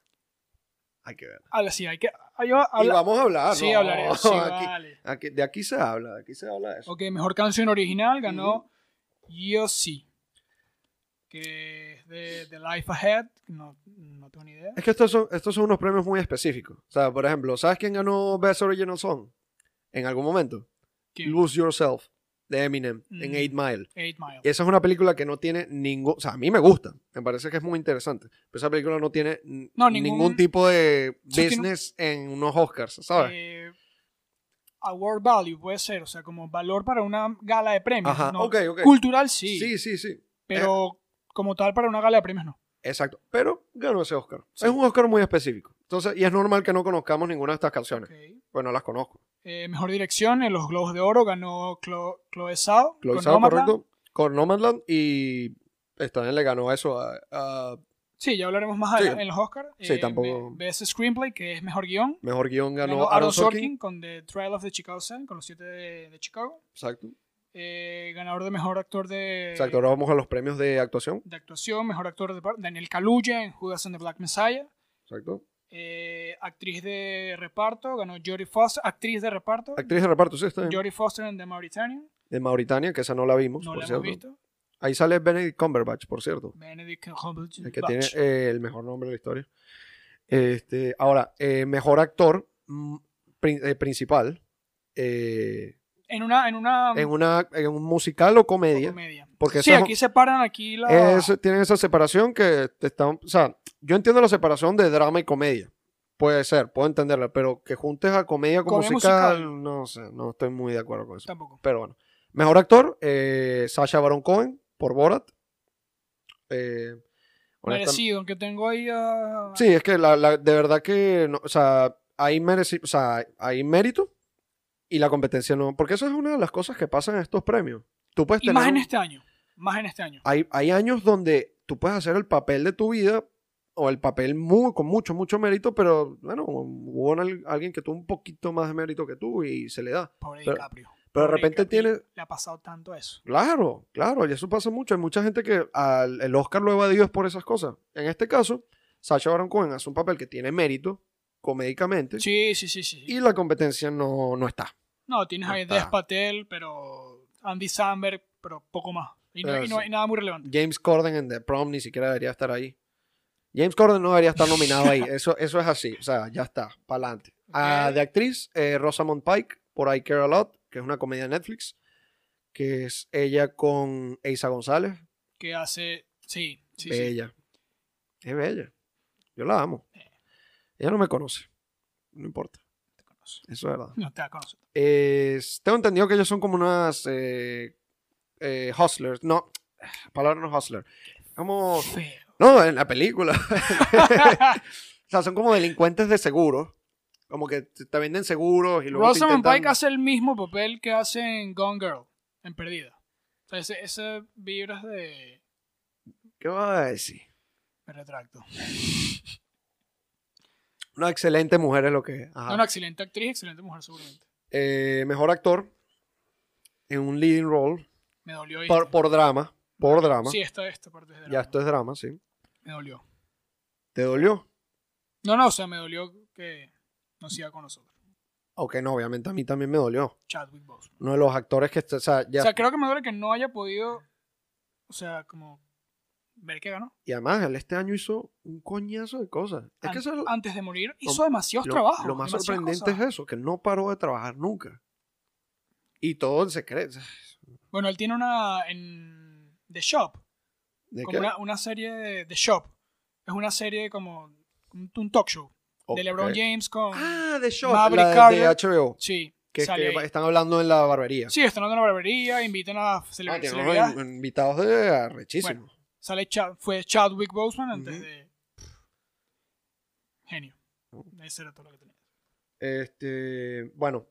[SPEAKER 2] Hay que verla.
[SPEAKER 1] Habla, sí, hay que. ah, yo-
[SPEAKER 2] Y
[SPEAKER 1] habla-
[SPEAKER 2] vamos a hablar.
[SPEAKER 1] sí,
[SPEAKER 2] no,
[SPEAKER 1] hablaré. sí,
[SPEAKER 2] [LAUGHS] aquí-
[SPEAKER 1] vale.
[SPEAKER 2] aquí- de aquí se habla, de aquí se habla de eso.
[SPEAKER 1] Ok, mejor canción original ganó Yo sí. Que es de The Life Ahead. No, no tengo ni idea.
[SPEAKER 2] Es que estos son, estos son unos premios muy específicos. O sea, por ejemplo, ¿sabes quién ganó Best Original Song? En algún momento.
[SPEAKER 1] ¿Quién?
[SPEAKER 2] Lose Yourself, de Eminem, en
[SPEAKER 1] Mm.
[SPEAKER 2] 8 Mile.
[SPEAKER 1] Eight Mile.
[SPEAKER 2] Y esa es una película que no tiene ningún... O sea, a mí me gusta. Me parece que es muy interesante. Pero esa película no tiene n-
[SPEAKER 1] No,
[SPEAKER 2] ningún,
[SPEAKER 1] ningún-
[SPEAKER 2] tipo de
[SPEAKER 1] Sí, que no.
[SPEAKER 2] business en unos Oscars, ¿sabes?
[SPEAKER 1] Eh, award value puede ser, o sea, como valor para una gala de premios.
[SPEAKER 2] Ajá,
[SPEAKER 1] ¿no?
[SPEAKER 2] ok, ok.
[SPEAKER 1] Cultural sí,
[SPEAKER 2] sí, eh. sí, sí.
[SPEAKER 1] pero como tal para una gala de premios no.
[SPEAKER 2] Exacto. Pero ganó ese Oscar.
[SPEAKER 1] Sí.
[SPEAKER 2] Es un Oscar muy específico. Entonces, y es normal que no conozcamos ninguna de estas canciones.
[SPEAKER 1] Ok.
[SPEAKER 2] Pues no las conozco.
[SPEAKER 1] Eh, mejor dirección en los Globos de Oro ganó Clo Chloe Zhao
[SPEAKER 2] Chloe
[SPEAKER 1] con
[SPEAKER 2] Zhao,
[SPEAKER 1] Nomadland.
[SPEAKER 2] correcto. Con Nomadland y esta también le ganó eso a, a
[SPEAKER 1] Sí, ya hablaremos más
[SPEAKER 2] Sí.
[SPEAKER 1] ala- en los Eh, Oscars.
[SPEAKER 2] Sí, tampoco-
[SPEAKER 1] Ves Screenplay, que es mejor guión.
[SPEAKER 2] mejor guión ganó,
[SPEAKER 1] Ganó
[SPEAKER 2] Aaron Sorkin.
[SPEAKER 1] con The Trial of the Chicago Seven, con los siete de, de Chicago.
[SPEAKER 2] Exacto.
[SPEAKER 1] Eh, ganador de mejor actor de,
[SPEAKER 2] Exacto. Ahora vamos a los premios de actuación.
[SPEAKER 1] de actuación, mejor actor de par- Daniel Kaluuya en Judas and the Black Messiah.
[SPEAKER 2] Exacto.
[SPEAKER 1] Eh, actriz de reparto, ganó Jodie Foster, actriz de reparto,
[SPEAKER 2] Actriz de reparto, sí, está bien.
[SPEAKER 1] Jodie Foster en The Mauritanian,
[SPEAKER 2] De Mauritania, que esa no la vimos,
[SPEAKER 1] no
[SPEAKER 2] por
[SPEAKER 1] la hemos
[SPEAKER 2] cierto.
[SPEAKER 1] visto,
[SPEAKER 2] Ahí sale Benedict Cumberbatch, por cierto.
[SPEAKER 1] Benedict
[SPEAKER 2] El que tiene
[SPEAKER 1] Cumberbatch,
[SPEAKER 2] eh, el mejor nombre de la historia. Este, ahora, eh, mejor actor mm, prin- eh, principal eh,
[SPEAKER 1] en una, en una,
[SPEAKER 2] en, una, en un musical o comedia.
[SPEAKER 1] comedia.
[SPEAKER 2] Porque
[SPEAKER 1] sí,
[SPEAKER 2] esa es-
[SPEAKER 1] aquí se paran aquí la...
[SPEAKER 2] Es- tienen esa separación que te están. O sea, yo entiendo la separación de drama y comedia. Puede ser, puedo entenderla, pero que juntes a comedia con
[SPEAKER 1] Comedia
[SPEAKER 2] musical,
[SPEAKER 1] musical.
[SPEAKER 2] no sé, no estoy muy de acuerdo con eso.
[SPEAKER 1] Tampoco.
[SPEAKER 2] Pero bueno. Mejor actor, eh, Sasha Baron Cohen por Borat. Eh, honesta-
[SPEAKER 1] Merecido, aunque tengo ahí a...
[SPEAKER 2] Sí, es que la, la- de verdad que, no- o sea, hay, mereci- o sea, hay mérito y la competencia no. Porque eso es una de las cosas que pasan en estos premios. Tú puedes
[SPEAKER 1] y
[SPEAKER 2] tener.
[SPEAKER 1] más en
[SPEAKER 2] un-
[SPEAKER 1] este año, más en este año.
[SPEAKER 2] hay, hay años donde tú puedes hacer el papel de tu vida o el papel muy, con mucho, mucho mérito, pero bueno, hubo un- alguien que tuvo un poquito más de mérito que tú y se le da.
[SPEAKER 1] Pobre
[SPEAKER 2] pero-
[SPEAKER 1] DiCaprio.
[SPEAKER 2] Pero de
[SPEAKER 1] Pobre
[SPEAKER 2] repente
[SPEAKER 1] DiCaprio,
[SPEAKER 2] tiene...
[SPEAKER 1] Le ha pasado tanto eso.
[SPEAKER 2] Claro, claro, y eso pasa mucho. Hay mucha gente que al, el Oscar lo evadió es por esas cosas. En este caso, Sacha Baron Cohen hace un papel que tiene mérito comédicamente
[SPEAKER 1] Sí, sí, sí, sí.
[SPEAKER 2] y la competencia no, no está.
[SPEAKER 1] No, tienes
[SPEAKER 2] Ya
[SPEAKER 1] ahí
[SPEAKER 2] está.
[SPEAKER 1] Dev Patel, pero Andy Samberg, pero poco más. Y no,
[SPEAKER 2] Pero
[SPEAKER 1] y no
[SPEAKER 2] sí.
[SPEAKER 1] hay nada muy relevante.
[SPEAKER 2] James Corden en The Prom ni siquiera debería estar ahí. James Corden no debería estar
[SPEAKER 1] [LAUGHS]
[SPEAKER 2] nominado ahí. Eso, eso es así. O sea, ya está. Ah, Para adelante.
[SPEAKER 1] Ok.
[SPEAKER 2] de actriz, eh, Rosamund Pike por I Care a Lot, que es una comedia de Netflix. que es ella con Eiza González.
[SPEAKER 1] que hace. Sí, sí, sí.
[SPEAKER 2] bella. Es bella. Yo la amo. Ella no me conoce. No importa.
[SPEAKER 1] Eh. Te conoce.
[SPEAKER 2] Eso es verdad.
[SPEAKER 1] No te la conoce.
[SPEAKER 2] Es- tengo entendido que ellos son como unas eh, eh, hustlers. No, [SIGHS] palabra no hustler. Como.
[SPEAKER 1] Feo.
[SPEAKER 2] No, en la película. o sea, son como delincuentes de seguro. Como que te te venden seguros [LAUGHS] y luego. te
[SPEAKER 1] Rosamund
[SPEAKER 2] intentan-
[SPEAKER 1] Pike hace el mismo papel que hace en Gone Girl, en Perdida. O sea, ese, ese vibras de.
[SPEAKER 2] ¿Qué vas a decir?
[SPEAKER 1] Me retracto.
[SPEAKER 2] Una excelente mujer es lo que es. Ajá.
[SPEAKER 1] No, una excelente actriz, excelente mujer, seguramente.
[SPEAKER 2] Eh, mejor actor. En un leading role.
[SPEAKER 1] Me dolió. ¿viste?
[SPEAKER 2] Por, por drama. Por drama.
[SPEAKER 1] Sí, esta, esta parte es de
[SPEAKER 2] Ya
[SPEAKER 1] drama.
[SPEAKER 2] esto es drama, sí.
[SPEAKER 1] Me dolió.
[SPEAKER 2] ¿Te dolió?
[SPEAKER 1] No, no, o sea, me dolió que no siga con nosotros.
[SPEAKER 2] Ok, no, obviamente a mí también me dolió.
[SPEAKER 1] Chadwick Boseman.
[SPEAKER 2] Uno de los actores que. O sea, ya
[SPEAKER 1] O sea, creo que me duele que no haya podido, o sea, como ver que ganó.
[SPEAKER 2] Y además, él este año hizo un coñazo de cosas. Es que
[SPEAKER 1] An-
[SPEAKER 2] eso es lo,
[SPEAKER 1] Antes de morir hizo
[SPEAKER 2] lo-
[SPEAKER 1] demasiados
[SPEAKER 2] lo-
[SPEAKER 1] trabajos.
[SPEAKER 2] lo más
[SPEAKER 1] demasiadas
[SPEAKER 2] sorprendente
[SPEAKER 1] cosas.
[SPEAKER 2] es eso, que no paró de trabajar nunca. Y todo en secreto.
[SPEAKER 1] Bueno, él tiene una en The Shop,
[SPEAKER 2] ¿De
[SPEAKER 1] como
[SPEAKER 2] qué?
[SPEAKER 1] una, una serie de The Shop. Es una serie como un, un talk show de
[SPEAKER 2] Ok.
[SPEAKER 1] LeBron James con...
[SPEAKER 2] Ah, de Shop,
[SPEAKER 1] Maverick
[SPEAKER 2] la de- de
[SPEAKER 1] Carter,
[SPEAKER 2] HBO.
[SPEAKER 1] sí,
[SPEAKER 2] Que,
[SPEAKER 1] sale
[SPEAKER 2] que este
[SPEAKER 1] ahí.
[SPEAKER 2] están hablando en la barbería.
[SPEAKER 1] Sí, están dando una barbería, invitan a cele-
[SPEAKER 2] Ah, tenemos
[SPEAKER 1] celebridades.
[SPEAKER 2] in- invitados de arrechísimo.
[SPEAKER 1] Sale Chad- fue Chadwick Boseman antes
[SPEAKER 2] Ujú.
[SPEAKER 1] de... Genio. Ese era todo lo que tenía.
[SPEAKER 2] Este, bueno,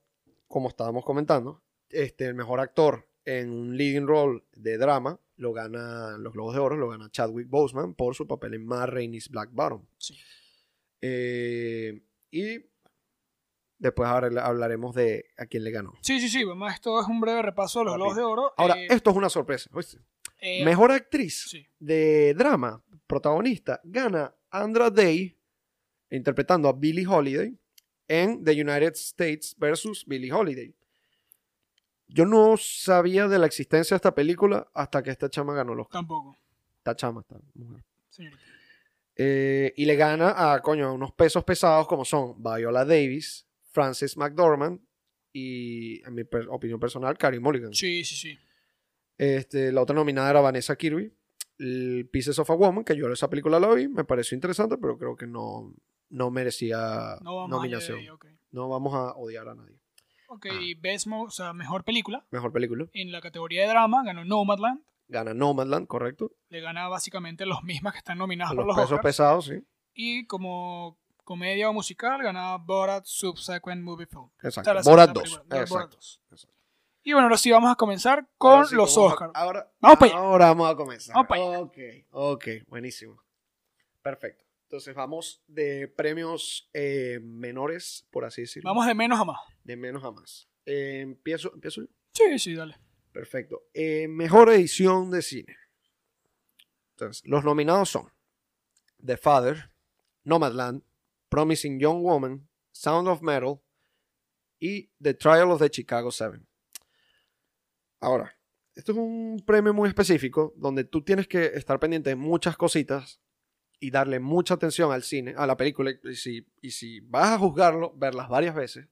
[SPEAKER 2] como estábamos comentando, este, el mejor actor en un leading role de drama lo gana los Globos de Oro, lo gana Chadwick Boseman por su papel en Ma Rainey's Black Bottom.
[SPEAKER 1] Sí.
[SPEAKER 2] Eh, y después habla- hablaremos de a quién le ganó.
[SPEAKER 1] Sí, sí, sí. Vamos, esto es un breve repaso de los
[SPEAKER 2] Rápido.
[SPEAKER 1] Globos de Oro.
[SPEAKER 2] Ahora,
[SPEAKER 1] Eh,
[SPEAKER 2] esto es una sorpresa. ¿oíste?
[SPEAKER 1] eh,
[SPEAKER 2] Mejor actriz
[SPEAKER 1] sí.
[SPEAKER 2] de drama, protagonista, gana Andra Day interpretando a Billie Holiday en The United States versus Billie Holiday. Yo no sabía de la existencia de esta película hasta que esta chama ganó los...
[SPEAKER 1] Tampoco,
[SPEAKER 2] Esta chama, esta mujer.
[SPEAKER 1] señorita.
[SPEAKER 2] Eh, y le gana a, coño, a unos pesos pesados como son Viola Davis, Frances McDormand y, en mi per- opinión personal, Carey Mulligan.
[SPEAKER 1] Sí, sí, sí.
[SPEAKER 2] Este, la otra nominada era Vanessa Kirby. El Pieces of a Woman, que yo esa película la vi, me pareció interesante, pero creo que no, no merecía
[SPEAKER 1] No vamos
[SPEAKER 2] nominación. Ah.
[SPEAKER 1] a ir ok.
[SPEAKER 2] No vamos a odiar a nadie.
[SPEAKER 1] Ok,
[SPEAKER 2] Ajá.
[SPEAKER 1] y Best Mo- o sea, mejor película.
[SPEAKER 2] Mejor película.
[SPEAKER 1] En la categoría de drama ganó Nomadland.
[SPEAKER 2] Gana Nomadland, correcto.
[SPEAKER 1] Le gana básicamente los mismas que están nominadas
[SPEAKER 2] A
[SPEAKER 1] Ah, por
[SPEAKER 2] los
[SPEAKER 1] los
[SPEAKER 2] pesos
[SPEAKER 1] Oscars.
[SPEAKER 2] pesados, sí.
[SPEAKER 1] Y como comedia o musical ganaba Borat Subsequent Movie Film.
[SPEAKER 2] Exacto.
[SPEAKER 1] Esta es la
[SPEAKER 2] Borat
[SPEAKER 1] segunda
[SPEAKER 2] 2.
[SPEAKER 1] película,
[SPEAKER 2] Exacto.
[SPEAKER 1] Borat 2.
[SPEAKER 2] exacto.
[SPEAKER 1] Y bueno, ahora sí vamos a comenzar con
[SPEAKER 2] Ahora sí,
[SPEAKER 1] los
[SPEAKER 2] vamos a- ah,
[SPEAKER 1] Oscars.
[SPEAKER 2] Ahora,
[SPEAKER 1] Vamos pa' allá.
[SPEAKER 2] ahora vamos a comenzar.
[SPEAKER 1] Vamos pa' allá.
[SPEAKER 2] Ok, ok, buenísimo. Perfecto. Entonces vamos de premios eh, menores, por así decirlo.
[SPEAKER 1] Vamos de menos a más.
[SPEAKER 2] De menos a más. Eh, empiezo, empiezo yo.
[SPEAKER 1] Sí, sí, dale.
[SPEAKER 2] Perfecto. Eh, mejor edición de cine. Entonces, los nominados son The Father, Nomadland, Promising Young Woman, Sound of Metal y The Trial of the Chicago Seven. Ahora, esto es un premio muy específico donde tú tienes que estar pendiente de muchas cositas y darle mucha atención al cine, a la película, y si, y si vas a juzgarlo, verlas varias veces.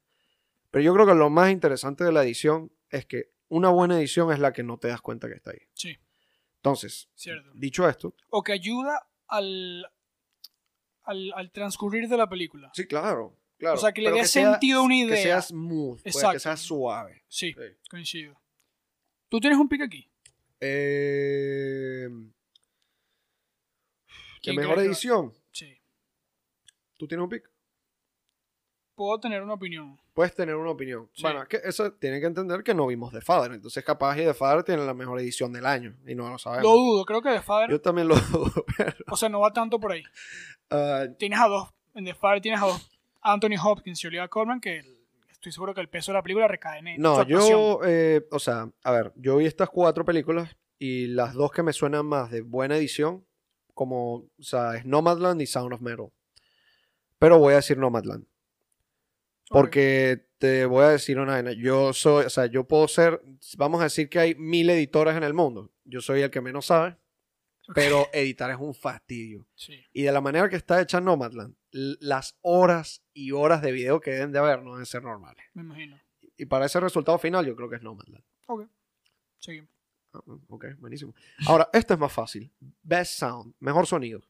[SPEAKER 2] Pero yo creo que lo más interesante de la edición es que una buena edición es la que no te das cuenta que está ahí.
[SPEAKER 1] Sí,
[SPEAKER 2] Entonces,
[SPEAKER 1] cierto.
[SPEAKER 2] dicho esto,
[SPEAKER 1] O que ayuda al, al, al transcurrir de la película.
[SPEAKER 2] sí, claro, claro.
[SPEAKER 1] O sea, que le
[SPEAKER 2] pero
[SPEAKER 1] dé
[SPEAKER 2] sea-
[SPEAKER 1] sentido a una idea.
[SPEAKER 2] Que sea smooth, pues, que
[SPEAKER 1] Exacto.
[SPEAKER 2] sea suave.
[SPEAKER 1] Sí,
[SPEAKER 2] Sí.
[SPEAKER 1] coincido. Tú tienes un pick aquí.
[SPEAKER 2] Eh, ¿Qué
[SPEAKER 1] ¿Quién crees que
[SPEAKER 2] mejor
[SPEAKER 1] va-
[SPEAKER 2] edición?
[SPEAKER 1] Sí.
[SPEAKER 2] ¿Tú tienes un pick?
[SPEAKER 1] Puedo tener una opinión.
[SPEAKER 2] Puedes tener una opinión.
[SPEAKER 1] Sí.
[SPEAKER 2] Bueno, es que eso tiene que entender que no vimos The Father. Entonces, capaz y The Father tiene la mejor edición del año. Y no lo
[SPEAKER 1] Lo
[SPEAKER 2] sabemos.
[SPEAKER 1] dudo, creo que The Father,
[SPEAKER 2] Yo también lo [LAUGHS] dudo. pero,
[SPEAKER 1] o sea, no va tanto por ahí.
[SPEAKER 2] ah,
[SPEAKER 1] Tienes a dos, en The Father tienes a dos, Anthony Hopkins y Olivia Colman, que el- estoy seguro que el peso de la película recae en él.
[SPEAKER 2] No, yo, eh, o sea, a ver, yo vi estas cuatro películas y las dos que me suenan más de buena edición, como, o sea, es Nomadland y Sound of Metal. Pero voy a decir Nomadland, porque te voy a decir una vaina, yo soy, o sea, yo puedo ser, vamos a decir que hay mil editores en el mundo, yo soy el que menos sabe, pero editar es un fastidio.
[SPEAKER 1] Sí,
[SPEAKER 2] Y de la manera que está hecha Nomadland, l- las horas y horas de video que deben de haber no deben ser normales.
[SPEAKER 1] me imagino.
[SPEAKER 2] Y para ese resultado final yo creo que es Nomadland.
[SPEAKER 1] Ok. Sí.
[SPEAKER 2] Ah, ok, buenísimo. Ahora, este es más fácil. Best Sound, mejor sonido.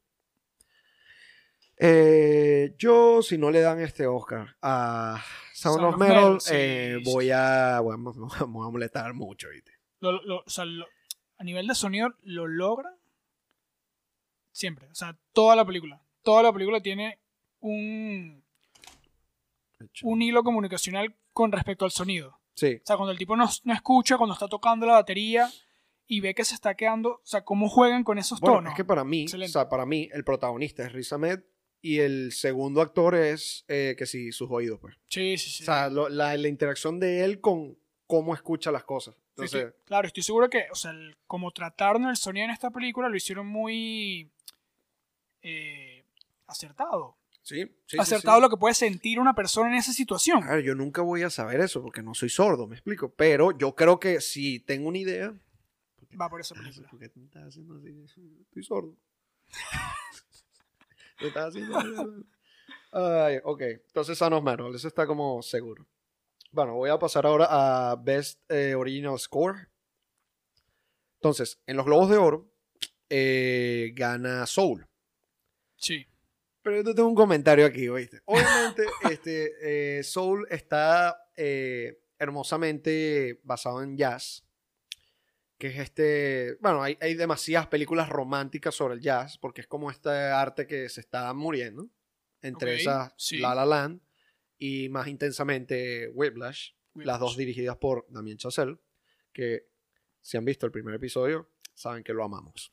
[SPEAKER 2] Eh, yo, si no le dan este Oscar a Sound,
[SPEAKER 1] Sound
[SPEAKER 2] of
[SPEAKER 1] of
[SPEAKER 2] Metal,
[SPEAKER 1] Metal, sí,
[SPEAKER 2] eh,
[SPEAKER 1] sí,
[SPEAKER 2] voy, a, voy, a, me [LAUGHS] voy a molestar mucho. ¿viste?
[SPEAKER 1] Lo- lo- o sea, lo- a nivel de sonido lo logra siempre. O sea, toda la película. Toda la película tiene un, un hilo comunicacional con respecto al sonido.
[SPEAKER 2] Sí,
[SPEAKER 1] O sea, cuando el tipo no, no escucha, cuando está tocando la batería y ve que se está quedando. O sea, cómo juegan con esos
[SPEAKER 2] bueno,
[SPEAKER 1] tonos.
[SPEAKER 2] es que para mí, o
[SPEAKER 1] Excelente.
[SPEAKER 2] sea, para mí, el protagonista es Riz Ahmed y el segundo actor es, eh, que sí, sus oídos, pues.
[SPEAKER 1] Sí, sí, sí.
[SPEAKER 2] O sea, lo- la, la interacción de él con cómo escucha las cosas.
[SPEAKER 1] Sí,
[SPEAKER 2] Entonces,
[SPEAKER 1] estoy- claro, estoy seguro que, o sea, el- como trataron el sonido en esta película, lo hicieron muy eh, acertado.
[SPEAKER 2] sí, sí, sí,
[SPEAKER 1] acertado
[SPEAKER 2] sí.
[SPEAKER 1] lo que puede sentir una persona en esa situación.
[SPEAKER 2] Claro, yo nunca voy a saber eso porque no soy sordo, me explico. Pero yo creo que si tengo una idea.
[SPEAKER 1] Va por esa
[SPEAKER 2] Ah,
[SPEAKER 1] película.
[SPEAKER 2] ¿Por qué tú me estás haciendo así? Estoy sordo. [LAUGHS] Me estás haciendo así. Ay, ok. Entonces, Sanos Metal, eso está como seguro. Bueno, voy a pasar ahora a Best eh, Original Score. Entonces, en los Globos de Oro eh, gana Soul.
[SPEAKER 1] Sí.
[SPEAKER 2] Pero yo te tengo un comentario aquí, ¿oíste? Obviamente, [LAUGHS] este, eh, Soul está eh, hermosamente basado en jazz. Que es este. Bueno, hay, hay demasiadas películas románticas sobre el jazz, porque es como este arte que se está muriendo. Entre
[SPEAKER 1] Ok,
[SPEAKER 2] esas,
[SPEAKER 1] sí.
[SPEAKER 2] La La Land y más intensamente Whiplash, Las dos dirigidas por Damien Chazelle, que si han visto el primer episodio, saben que lo amamos.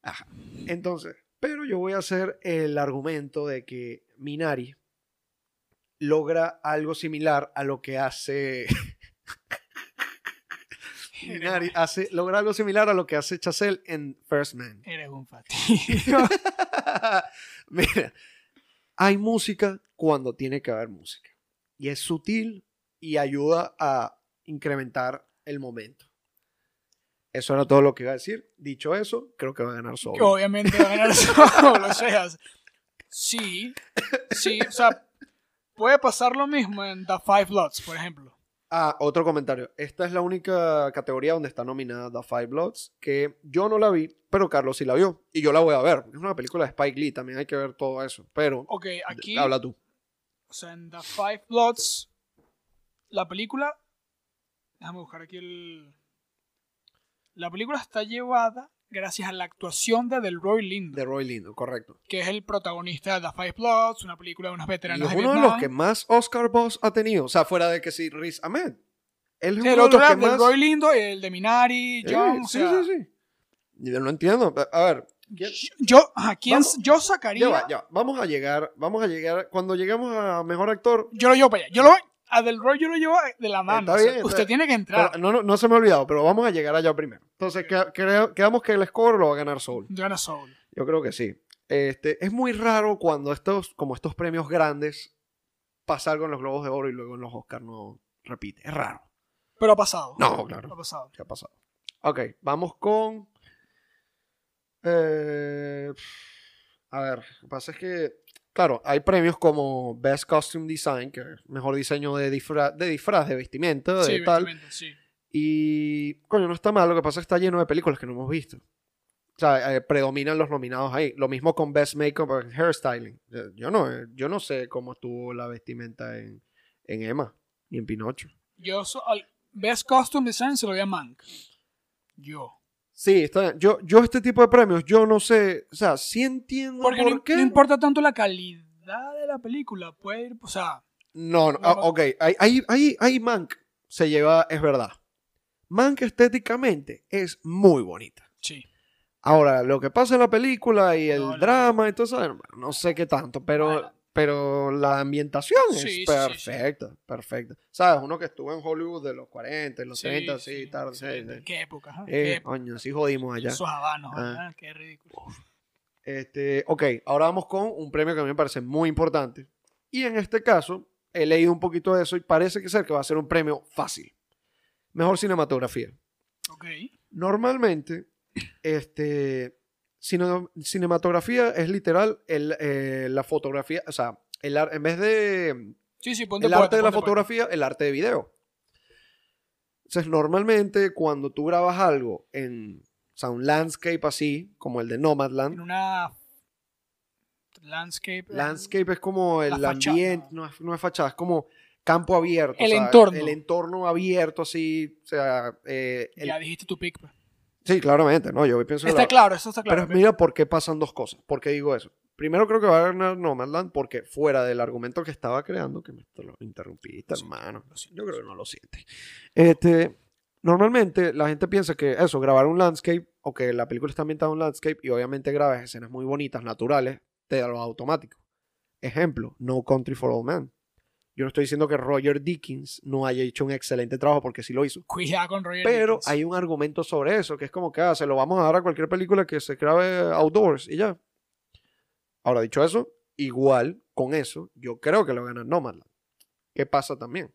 [SPEAKER 2] Ajá. Entonces, pero yo voy a hacer el argumento de que Minari logra algo similar a lo que hace. Minari hace, logra algo similar a lo que hace Chazelle en First Man.
[SPEAKER 1] Eres un fastidio.
[SPEAKER 2] [LAUGHS] Mira, hay música cuando tiene que haber música. Y es sutil y ayuda a incrementar el momento. Eso era todo lo que iba a decir. Dicho eso, creo que va a ganar Soul.
[SPEAKER 1] Que obviamente va a ganar solo. O sea, sí. Sí. O sea, puede pasar lo mismo en The Five Bloods, por ejemplo.
[SPEAKER 2] Ah, otro comentario. Esta es la única categoría donde está nominada The Five Bloods, que yo no la vi, pero Carlos sí la vio. Y yo la voy a ver. Es una película de Spike Lee, también hay que ver todo eso. Pero,
[SPEAKER 1] Ok, aquí.
[SPEAKER 2] habla tú.
[SPEAKER 1] O sea, en The Five Bloods, la película. Déjame buscar aquí el. La película está llevada gracias a la actuación de Delroy Lindo,
[SPEAKER 2] De Roy Lindo, correcto.
[SPEAKER 1] que es el protagonista de The Five Bloods, una película de unas
[SPEAKER 2] Y
[SPEAKER 1] veteranas
[SPEAKER 2] es
[SPEAKER 1] de
[SPEAKER 2] uno de
[SPEAKER 1] Vietnam.
[SPEAKER 2] los que más Oscar Boss ha tenido. O sea, fuera de que sí, Riz Ahmed. Él es
[SPEAKER 1] el
[SPEAKER 2] uno
[SPEAKER 1] otro
[SPEAKER 2] de
[SPEAKER 1] era
[SPEAKER 2] los que más.
[SPEAKER 1] Delroy Lindo, el de Minari,
[SPEAKER 2] Sí,
[SPEAKER 1] John. o
[SPEAKER 2] sí,
[SPEAKER 1] sea,
[SPEAKER 2] sí, sí. Yo no entiendo. A- A ver. ¿quién-
[SPEAKER 1] Yo, ajá, ¿quién-
[SPEAKER 2] Vamos.
[SPEAKER 1] yo
[SPEAKER 2] Ya
[SPEAKER 1] sacaría.
[SPEAKER 2] va, ya va. Vamos a llegar. Vamos a llegar. Cuando lleguemos a mejor actor.
[SPEAKER 1] Yo lo llevo para allá. Yo lo, a Delroy yo lo llevo de la mano.
[SPEAKER 2] Está
[SPEAKER 1] o sea,
[SPEAKER 2] bien, está
[SPEAKER 1] usted
[SPEAKER 2] bien.
[SPEAKER 1] tiene que
[SPEAKER 2] pero-
[SPEAKER 1] entrar.
[SPEAKER 2] no, no, no se me ha olvidado, pero vamos a llegar allá primero. Entonces, que- creo- quedamos que el score lo va a ganar Soul.
[SPEAKER 1] Joanna Soul.
[SPEAKER 2] Yo creo que sí. Este, es muy raro cuando estos, como estos premios grandes, pasa algo en los Globos de Oro y luego en los Oscars no repite. Es raro.
[SPEAKER 1] Pero ha pasado.
[SPEAKER 2] No, claro.
[SPEAKER 1] Ha pasado.
[SPEAKER 2] ¿Qué ha pasado? Ok, vamos con. eh, a ver, lo que pasa es que. Claro, hay premios como Best Costume Design, que es mejor diseño de disfraz, de disfraz, de vestimenta, de
[SPEAKER 1] Sí,
[SPEAKER 2] tal.
[SPEAKER 1] evidentemente, sí.
[SPEAKER 2] Y. Coño, no está mal, lo que pasa es que está lleno de películas que no hemos visto. O sea, eh, predominan los nominados ahí. Lo mismo con Best Makeup and Hairstyling. Eh, Yo no, eh, yo no sé cómo estuvo la vestimenta en, en Emma y en Pinocho.
[SPEAKER 1] Yo so- al Best Costume Design se lo doy a Mank. Yo.
[SPEAKER 2] Sí, está bien. Yo, yo este tipo de premios, yo no sé, o sea, sí entiendo
[SPEAKER 1] Porque
[SPEAKER 2] por
[SPEAKER 1] no,
[SPEAKER 2] qué.
[SPEAKER 1] no importa tanto la calidad de la película. Puede ir, o sea,
[SPEAKER 2] No, no,
[SPEAKER 1] No,
[SPEAKER 2] ah,
[SPEAKER 1] no.
[SPEAKER 2] ok, ahí, ahí, ahí, ahí Mank se lleva, es verdad. Mank estéticamente es muy bonita.
[SPEAKER 1] sí.
[SPEAKER 2] Ahora, lo que pasa en la película y el
[SPEAKER 1] No, no.
[SPEAKER 2] drama y todo eso, bueno, no sé qué tanto, pero,
[SPEAKER 1] Bueno.
[SPEAKER 2] pero la ambientación es
[SPEAKER 1] Sí, sí, sí, sí.
[SPEAKER 2] perfecta, perfecta. Sabes, uno que estuvo en Hollywood de los 40, los
[SPEAKER 1] sí,
[SPEAKER 2] 30, sí,
[SPEAKER 1] sí,
[SPEAKER 2] tarde, sí,
[SPEAKER 1] sí,
[SPEAKER 2] sí.
[SPEAKER 1] Qué época. ajá, qué
[SPEAKER 2] Eh,
[SPEAKER 1] época.
[SPEAKER 2] coño, sí jodimos allá.
[SPEAKER 1] Esos habanos.
[SPEAKER 2] Ah.
[SPEAKER 1] ¿verdad? Qué ridículo.
[SPEAKER 2] Este, ok, ahora vamos con un premio que a mí me parece muy importante. Y en este caso, he leído un poquito de eso y parece que ser que va a ser un premio fácil. Mejor cinematografía.
[SPEAKER 1] Ok.
[SPEAKER 2] Normalmente, este, cine- cinematografía es literal el, eh, la fotografía, o sea, el ar- en vez de
[SPEAKER 1] Sí, sí, ponte
[SPEAKER 2] el
[SPEAKER 1] poeta,
[SPEAKER 2] arte de la
[SPEAKER 1] ponte poeta.
[SPEAKER 2] fotografía, el arte de video. Entonces, normalmente cuando tú grabas algo en o sea, un landscape así, como el de Nomadland,
[SPEAKER 1] En una. Landscape.
[SPEAKER 2] landscape es como el
[SPEAKER 1] La fachada.
[SPEAKER 2] ambiente, no es, no es fachada, es como campo abierto.
[SPEAKER 1] El
[SPEAKER 2] o sea,
[SPEAKER 1] entorno.
[SPEAKER 2] El entorno abierto así, o sea... eh, el-
[SPEAKER 1] Ya dijiste tu pick. pues.
[SPEAKER 2] Sí, claramente, ¿no? Yo pienso... en
[SPEAKER 1] Está
[SPEAKER 2] la-
[SPEAKER 1] claro, eso está claro.
[SPEAKER 2] Pero mira por qué pasan dos cosas. ¿Por qué digo eso? Primero creo que va a ganar Nomadland porque fuera del argumento que estaba creando, que me te lo interrumpiste,
[SPEAKER 1] Sí,
[SPEAKER 2] hermano.
[SPEAKER 1] lo siento.
[SPEAKER 2] Yo creo que no lo siente. Este, normalmente la gente piensa que eso, grabar un landscape o que la película está ambientada en un landscape y obviamente grabas escenas muy bonitas, naturales, te da lo automático. Ejemplo, No Country for Old Men. Yo no estoy diciendo que Roger Dickens no haya hecho un excelente trabajo porque sí lo hizo.
[SPEAKER 1] Cuidado con Roger.
[SPEAKER 2] Pero
[SPEAKER 1] Dickens.
[SPEAKER 2] hay un argumento sobre eso, que es como que ah, se lo vamos a dar a cualquier película que se grabe outdoors y ya. Ahora, dicho eso, igual con eso, yo creo que lo gana Nomadland. ¿Qué pasa también?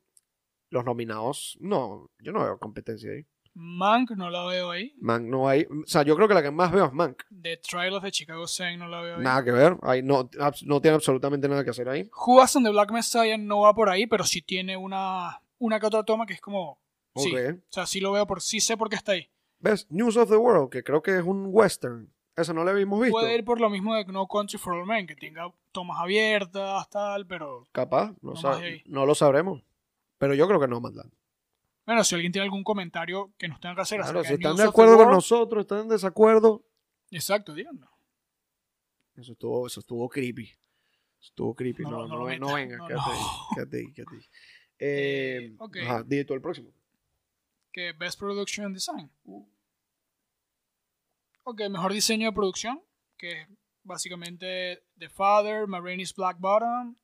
[SPEAKER 2] Los nominados, no, yo no veo competencia ahí.
[SPEAKER 1] Mank no la veo ahí.
[SPEAKER 2] Mank no hay, o sea, yo creo que la que más veo es Mank.
[SPEAKER 1] The Trial of the Chicago Seven no la veo ahí.
[SPEAKER 2] Nada que ver, ahí no, abs- no tiene absolutamente nada que hacer ahí.
[SPEAKER 1] Judas and the Black Messiah no va por ahí, pero sí tiene una, una que otra toma que es como. Sí.
[SPEAKER 2] Ok.
[SPEAKER 1] O sea, sí lo veo por. Sí sé por qué está ahí.
[SPEAKER 2] ¿Ves? News of the World, que creo que es un western. Eso no lo habíamos visto.
[SPEAKER 1] Puede ir por lo mismo de No Country for All Men, que tenga tomas abiertas, tal, pero.
[SPEAKER 2] Capaz,
[SPEAKER 1] No
[SPEAKER 2] no,
[SPEAKER 1] más
[SPEAKER 2] sab-
[SPEAKER 1] de ahí.
[SPEAKER 2] no lo sabremos. Pero yo creo que Nomadland.
[SPEAKER 1] Bueno, si alguien tiene algún comentario que nos tenga que hacer
[SPEAKER 2] Claro,
[SPEAKER 1] acerca
[SPEAKER 2] si están
[SPEAKER 1] News
[SPEAKER 2] de
[SPEAKER 1] of the
[SPEAKER 2] acuerdo con
[SPEAKER 1] World-
[SPEAKER 2] nosotros, están en desacuerdo.
[SPEAKER 1] Exacto, díganlo.
[SPEAKER 2] Eso estuvo, eso estuvo creepy. Eso estuvo creepy. No,
[SPEAKER 1] No,
[SPEAKER 2] no,
[SPEAKER 1] no lo
[SPEAKER 2] ve-
[SPEAKER 1] metas.
[SPEAKER 2] no venga,
[SPEAKER 1] No,
[SPEAKER 2] quédate
[SPEAKER 1] no.
[SPEAKER 2] ahí, quédate ahí, quédate ahí.
[SPEAKER 1] [LAUGHS]
[SPEAKER 2] Eh,
[SPEAKER 1] Eh, ok.
[SPEAKER 2] Ajá, di tú el próximo.
[SPEAKER 1] que Best Production and Design. Ok, mejor diseño de producción, que es básicamente The Father, Marini's Black Bottom,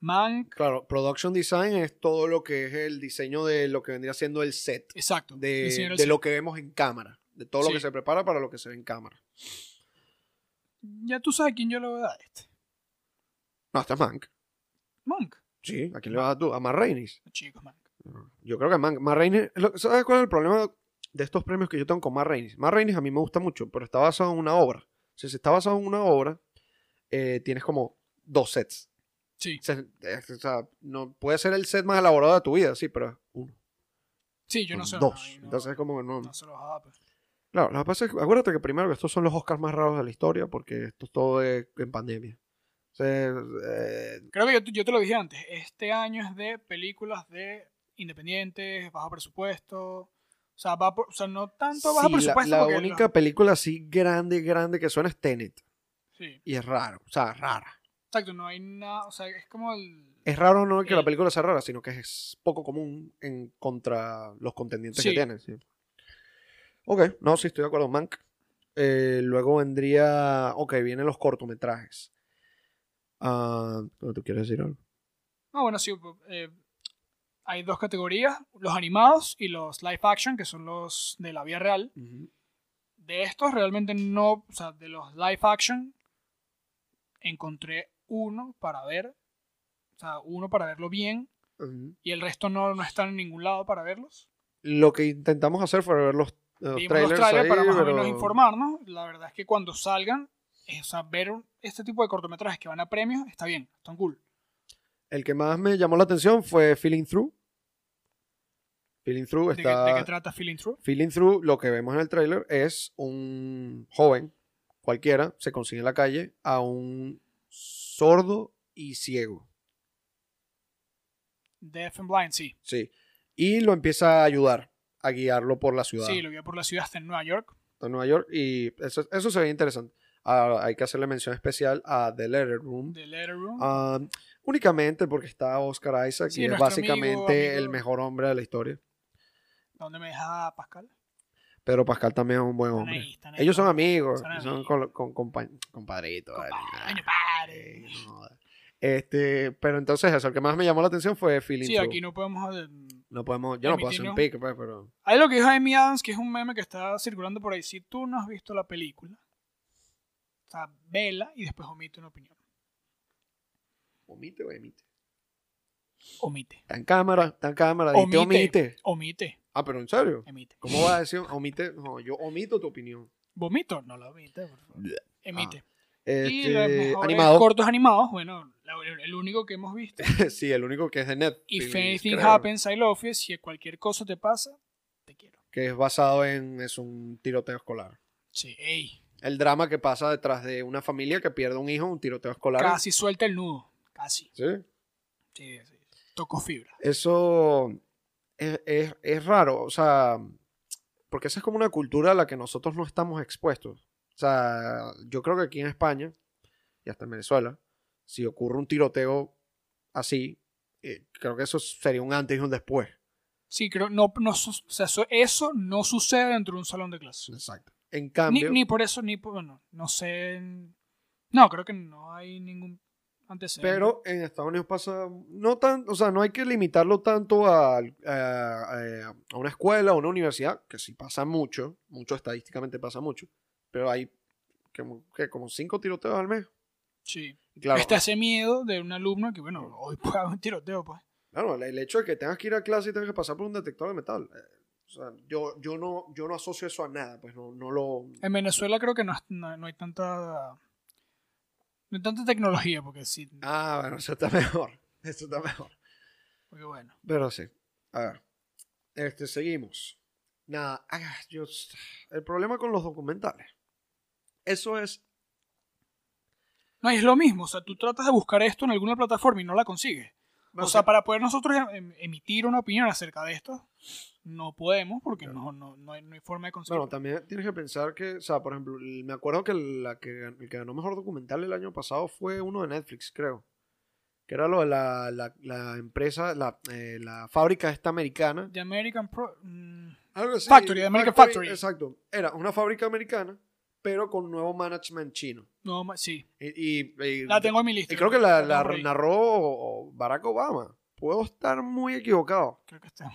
[SPEAKER 1] Mank.
[SPEAKER 2] Claro, production design es todo lo que es el diseño de lo que vendría siendo el set.
[SPEAKER 1] Exacto.
[SPEAKER 2] De,
[SPEAKER 1] diseño del
[SPEAKER 2] de
[SPEAKER 1] set.
[SPEAKER 2] lo que vemos en cámara. De todo lo
[SPEAKER 1] Sí.
[SPEAKER 2] que se prepara para lo que se ve en cámara.
[SPEAKER 1] Ya tú sabes quién yo le voy a dar a este.
[SPEAKER 2] No, este es Mank.
[SPEAKER 1] Mank.
[SPEAKER 2] Sí, ¿a quién le vas a dar tú? A Matt Rainey.
[SPEAKER 1] Chicos, Mank.
[SPEAKER 2] Yo creo que Mank, Matt Rainey... lo- ¿Sabes cuál es el problema de estos premios que yo tengo con Matt Rainey? Matt Rainey a mí me gusta mucho, pero está basado en una obra. O sea, si está basado en una obra, eh, tienes como dos sets.
[SPEAKER 1] Sí.
[SPEAKER 2] O sea, eh, o sea, no, puede ser el set más elaborado de tu vida, sí, pero es uno.
[SPEAKER 1] Sí, yo no
[SPEAKER 2] o
[SPEAKER 1] sé.
[SPEAKER 2] Dos.
[SPEAKER 1] no, no,
[SPEAKER 2] Entonces es como que no...
[SPEAKER 1] no se los da, pues.
[SPEAKER 2] Claro, lo que pasa es que acuérdate que primero que estos son los Oscars más raros de la historia porque esto es todo de- en pandemia. O sea, eh,
[SPEAKER 1] Creo que yo, te- yo te lo dije antes. Este año es de películas de independientes, bajo presupuesto. O sea, va por- o sea no tanto bajo
[SPEAKER 2] sí, la-
[SPEAKER 1] presupuesto.
[SPEAKER 2] la,
[SPEAKER 1] porque los-
[SPEAKER 2] única película así grande, grande que suena es Tenet.
[SPEAKER 1] Sí,
[SPEAKER 2] Y es raro, o sea, rara.
[SPEAKER 1] exacto. No hay nada. O sea, es como el.
[SPEAKER 2] Es raro no que la
[SPEAKER 1] El-
[SPEAKER 2] película sea rara, sino que es poco común en contra los contendientes que
[SPEAKER 1] Sí.
[SPEAKER 2] tienen. sí. Ok, no, sí, estoy de acuerdo, Mank. Eh, luego vendría. Ok, vienen los cortometrajes. Ah, ¿Tú quieres decir algo?
[SPEAKER 1] No, bueno, sí. eh, hay dos categorías, los animados y los live action, que son los de la vida real. De estos realmente no, o sea, de los live action, encontré uno para ver, o sea, uno para verlo bien,
[SPEAKER 2] Ujú.
[SPEAKER 1] y el resto no, no están en ningún lado para verlos.
[SPEAKER 2] Lo que intentamos hacer fue ver los, los
[SPEAKER 1] Vimos
[SPEAKER 2] trailers.
[SPEAKER 1] los trailers
[SPEAKER 2] ahí,
[SPEAKER 1] para más o
[SPEAKER 2] pero-
[SPEAKER 1] menos informarnos. La verdad es que cuando salgan, eh, o sea, ver un- este tipo de cortometrajes que van a premios, está bien, están cool.
[SPEAKER 2] El que más me llamó la atención fue Feeling Through. Feeling Through
[SPEAKER 1] ¿De qué- ¿De,
[SPEAKER 2] está.
[SPEAKER 1] qué, trata Feeling True?
[SPEAKER 2] Feeling Through, lo que vemos en el tráiler es un joven, cualquiera, se consigue en la calle a un sordo y ciego.
[SPEAKER 1] Deaf and Blind, sí.
[SPEAKER 2] Sí. Y lo empieza a ayudar, a guiarlo por la ciudad.
[SPEAKER 1] Sí, lo vi por la ciudad hasta en Nueva York.
[SPEAKER 2] de Nueva York. Y eso, eso se ve interesante. Ah, hay que hacerle mención especial a The Letter Room.
[SPEAKER 1] The Letter Room.
[SPEAKER 2] Ah, únicamente porque está Oscar Isaac
[SPEAKER 1] Sí,
[SPEAKER 2] y es
[SPEAKER 1] nuestro
[SPEAKER 2] básicamente
[SPEAKER 1] amigo, amigo.
[SPEAKER 2] el mejor hombre de la historia.
[SPEAKER 1] ¿Dónde me deja Pascal?
[SPEAKER 2] Pero Pascal también es un buen
[SPEAKER 1] Están
[SPEAKER 2] hombre.
[SPEAKER 1] ahí, están ahí.
[SPEAKER 2] Ellos son amigos,
[SPEAKER 1] Son
[SPEAKER 2] son
[SPEAKER 1] amigos.
[SPEAKER 2] con, con, compa- compadritos.
[SPEAKER 1] Compadre,
[SPEAKER 2] ah,
[SPEAKER 1] coño,
[SPEAKER 2] eh,
[SPEAKER 1] padre.
[SPEAKER 2] no joda. Este, pero entonces eso, el que más me llamó la atención fue Feeling
[SPEAKER 1] Sí,
[SPEAKER 2] Through.
[SPEAKER 1] aquí no podemos. eh,
[SPEAKER 2] No podemos, yo no puedo hacer un
[SPEAKER 1] emitirnos.
[SPEAKER 2] pick, pues, pero
[SPEAKER 1] Hay lo que dijo Amy Adams, que es un meme que está circulando por ahí. Si tú no has visto la película, o sea, vela y después omite una opinión.
[SPEAKER 2] omite o emite.
[SPEAKER 1] Omite.
[SPEAKER 2] Está en cámara, está en cámara, omite. omite.
[SPEAKER 1] Omite.
[SPEAKER 2] Ah, pero en serio,
[SPEAKER 1] Emite.
[SPEAKER 2] ¿cómo vas a decir omite? No, yo omito tu opinión.
[SPEAKER 1] ¿Vomito? No la omite, por favor.
[SPEAKER 2] Bleh.
[SPEAKER 1] Emite. y los
[SPEAKER 2] Ah, Este,
[SPEAKER 1] mejores
[SPEAKER 2] animado,
[SPEAKER 1] cortos animados, bueno, la- el único que hemos
[SPEAKER 2] [LAUGHS]
[SPEAKER 1] visto.
[SPEAKER 2] sí, el único que es de Netflix.
[SPEAKER 1] If anything
[SPEAKER 2] creo.
[SPEAKER 1] happens, I love you. Si cualquier cosa te pasa, te quiero.
[SPEAKER 2] que es basado en es un tiroteo escolar.
[SPEAKER 1] Sí, ey.
[SPEAKER 2] El drama que pasa detrás de una familia que pierde un hijo en un tiroteo escolar.
[SPEAKER 1] Casi suelta el nudo. Casi.
[SPEAKER 2] ¿Sí?
[SPEAKER 1] Sí, sí. Tocó fibra.
[SPEAKER 2] Eso es, es- es raro, o sea, porque esa es como una cultura a la que nosotros no estamos expuestos. O sea, yo creo que aquí en España y hasta en Venezuela, si ocurre un tiroteo así, eh, creo que eso sería un antes y un después.
[SPEAKER 1] Sí, creo. No, no, su- o sea, eso, eso no sucede dentro de un salón de clases.
[SPEAKER 2] Exacto. En
[SPEAKER 1] Ni,
[SPEAKER 2] cambio,
[SPEAKER 1] ni por eso, ni por. Bueno, no sé. en- No, creo que no hay ningún antecedente.
[SPEAKER 2] pero en Estados Unidos pasa, no tan, o sea, no hay que limitarlo tanto a, a- a- a una escuela o una universidad, que sí pasa mucho, mucho estadísticamente pasa mucho, pero hay como, que como cinco tiroteos al mes.
[SPEAKER 1] Sí.
[SPEAKER 2] Y Claro,
[SPEAKER 1] Está ese Este miedo de un alumno que, bueno, hoy puede haber un tiroteo, pues.
[SPEAKER 2] claro, el hecho de que tengas que ir a clase y tengas que pasar por un detector de metal. eh, o sea, yo, yo, no, yo no asocio eso a nada, pues no, no lo...
[SPEAKER 1] En Venezuela creo que no, no- no hay tanta. No hay tanta tecnología, porque sí.
[SPEAKER 2] Ah, bueno, eso está [LAUGHS] mejor, eso está mejor.
[SPEAKER 1] Porque bueno.
[SPEAKER 2] Pero sí. A ver. Este, seguimos. Nada. ah, yo- el problema con los documentales. Eso es.
[SPEAKER 1] No, y es lo mismo. O sea, tú tratas de buscar esto en alguna plataforma y no la consigues. o sea, para poder nosotros em- emitir una opinión acerca de esto, no podemos porque no, no, no, hay, no hay forma de conseguirlo.
[SPEAKER 2] Bueno, también tienes que pensar que, o sea, por ejemplo, el- me acuerdo que, la que el que ganó mejor documental el año pasado fue uno de Netflix, creo. Que era lo de la, la- la empresa, la, eh, la fábrica esta americana.
[SPEAKER 1] The American Pro. mm,
[SPEAKER 2] Algo así,
[SPEAKER 1] Factory, American Factory.
[SPEAKER 2] Exacto. Era una fábrica americana, pero con nuevo management chino.
[SPEAKER 1] no, ma- sí.
[SPEAKER 2] Y, y- y-
[SPEAKER 1] La tengo en mi lista.
[SPEAKER 2] Y creo que la, la
[SPEAKER 1] tengo por ahí.
[SPEAKER 2] narró Barack Obama. Puedo estar muy equivocado.
[SPEAKER 1] Creo que está.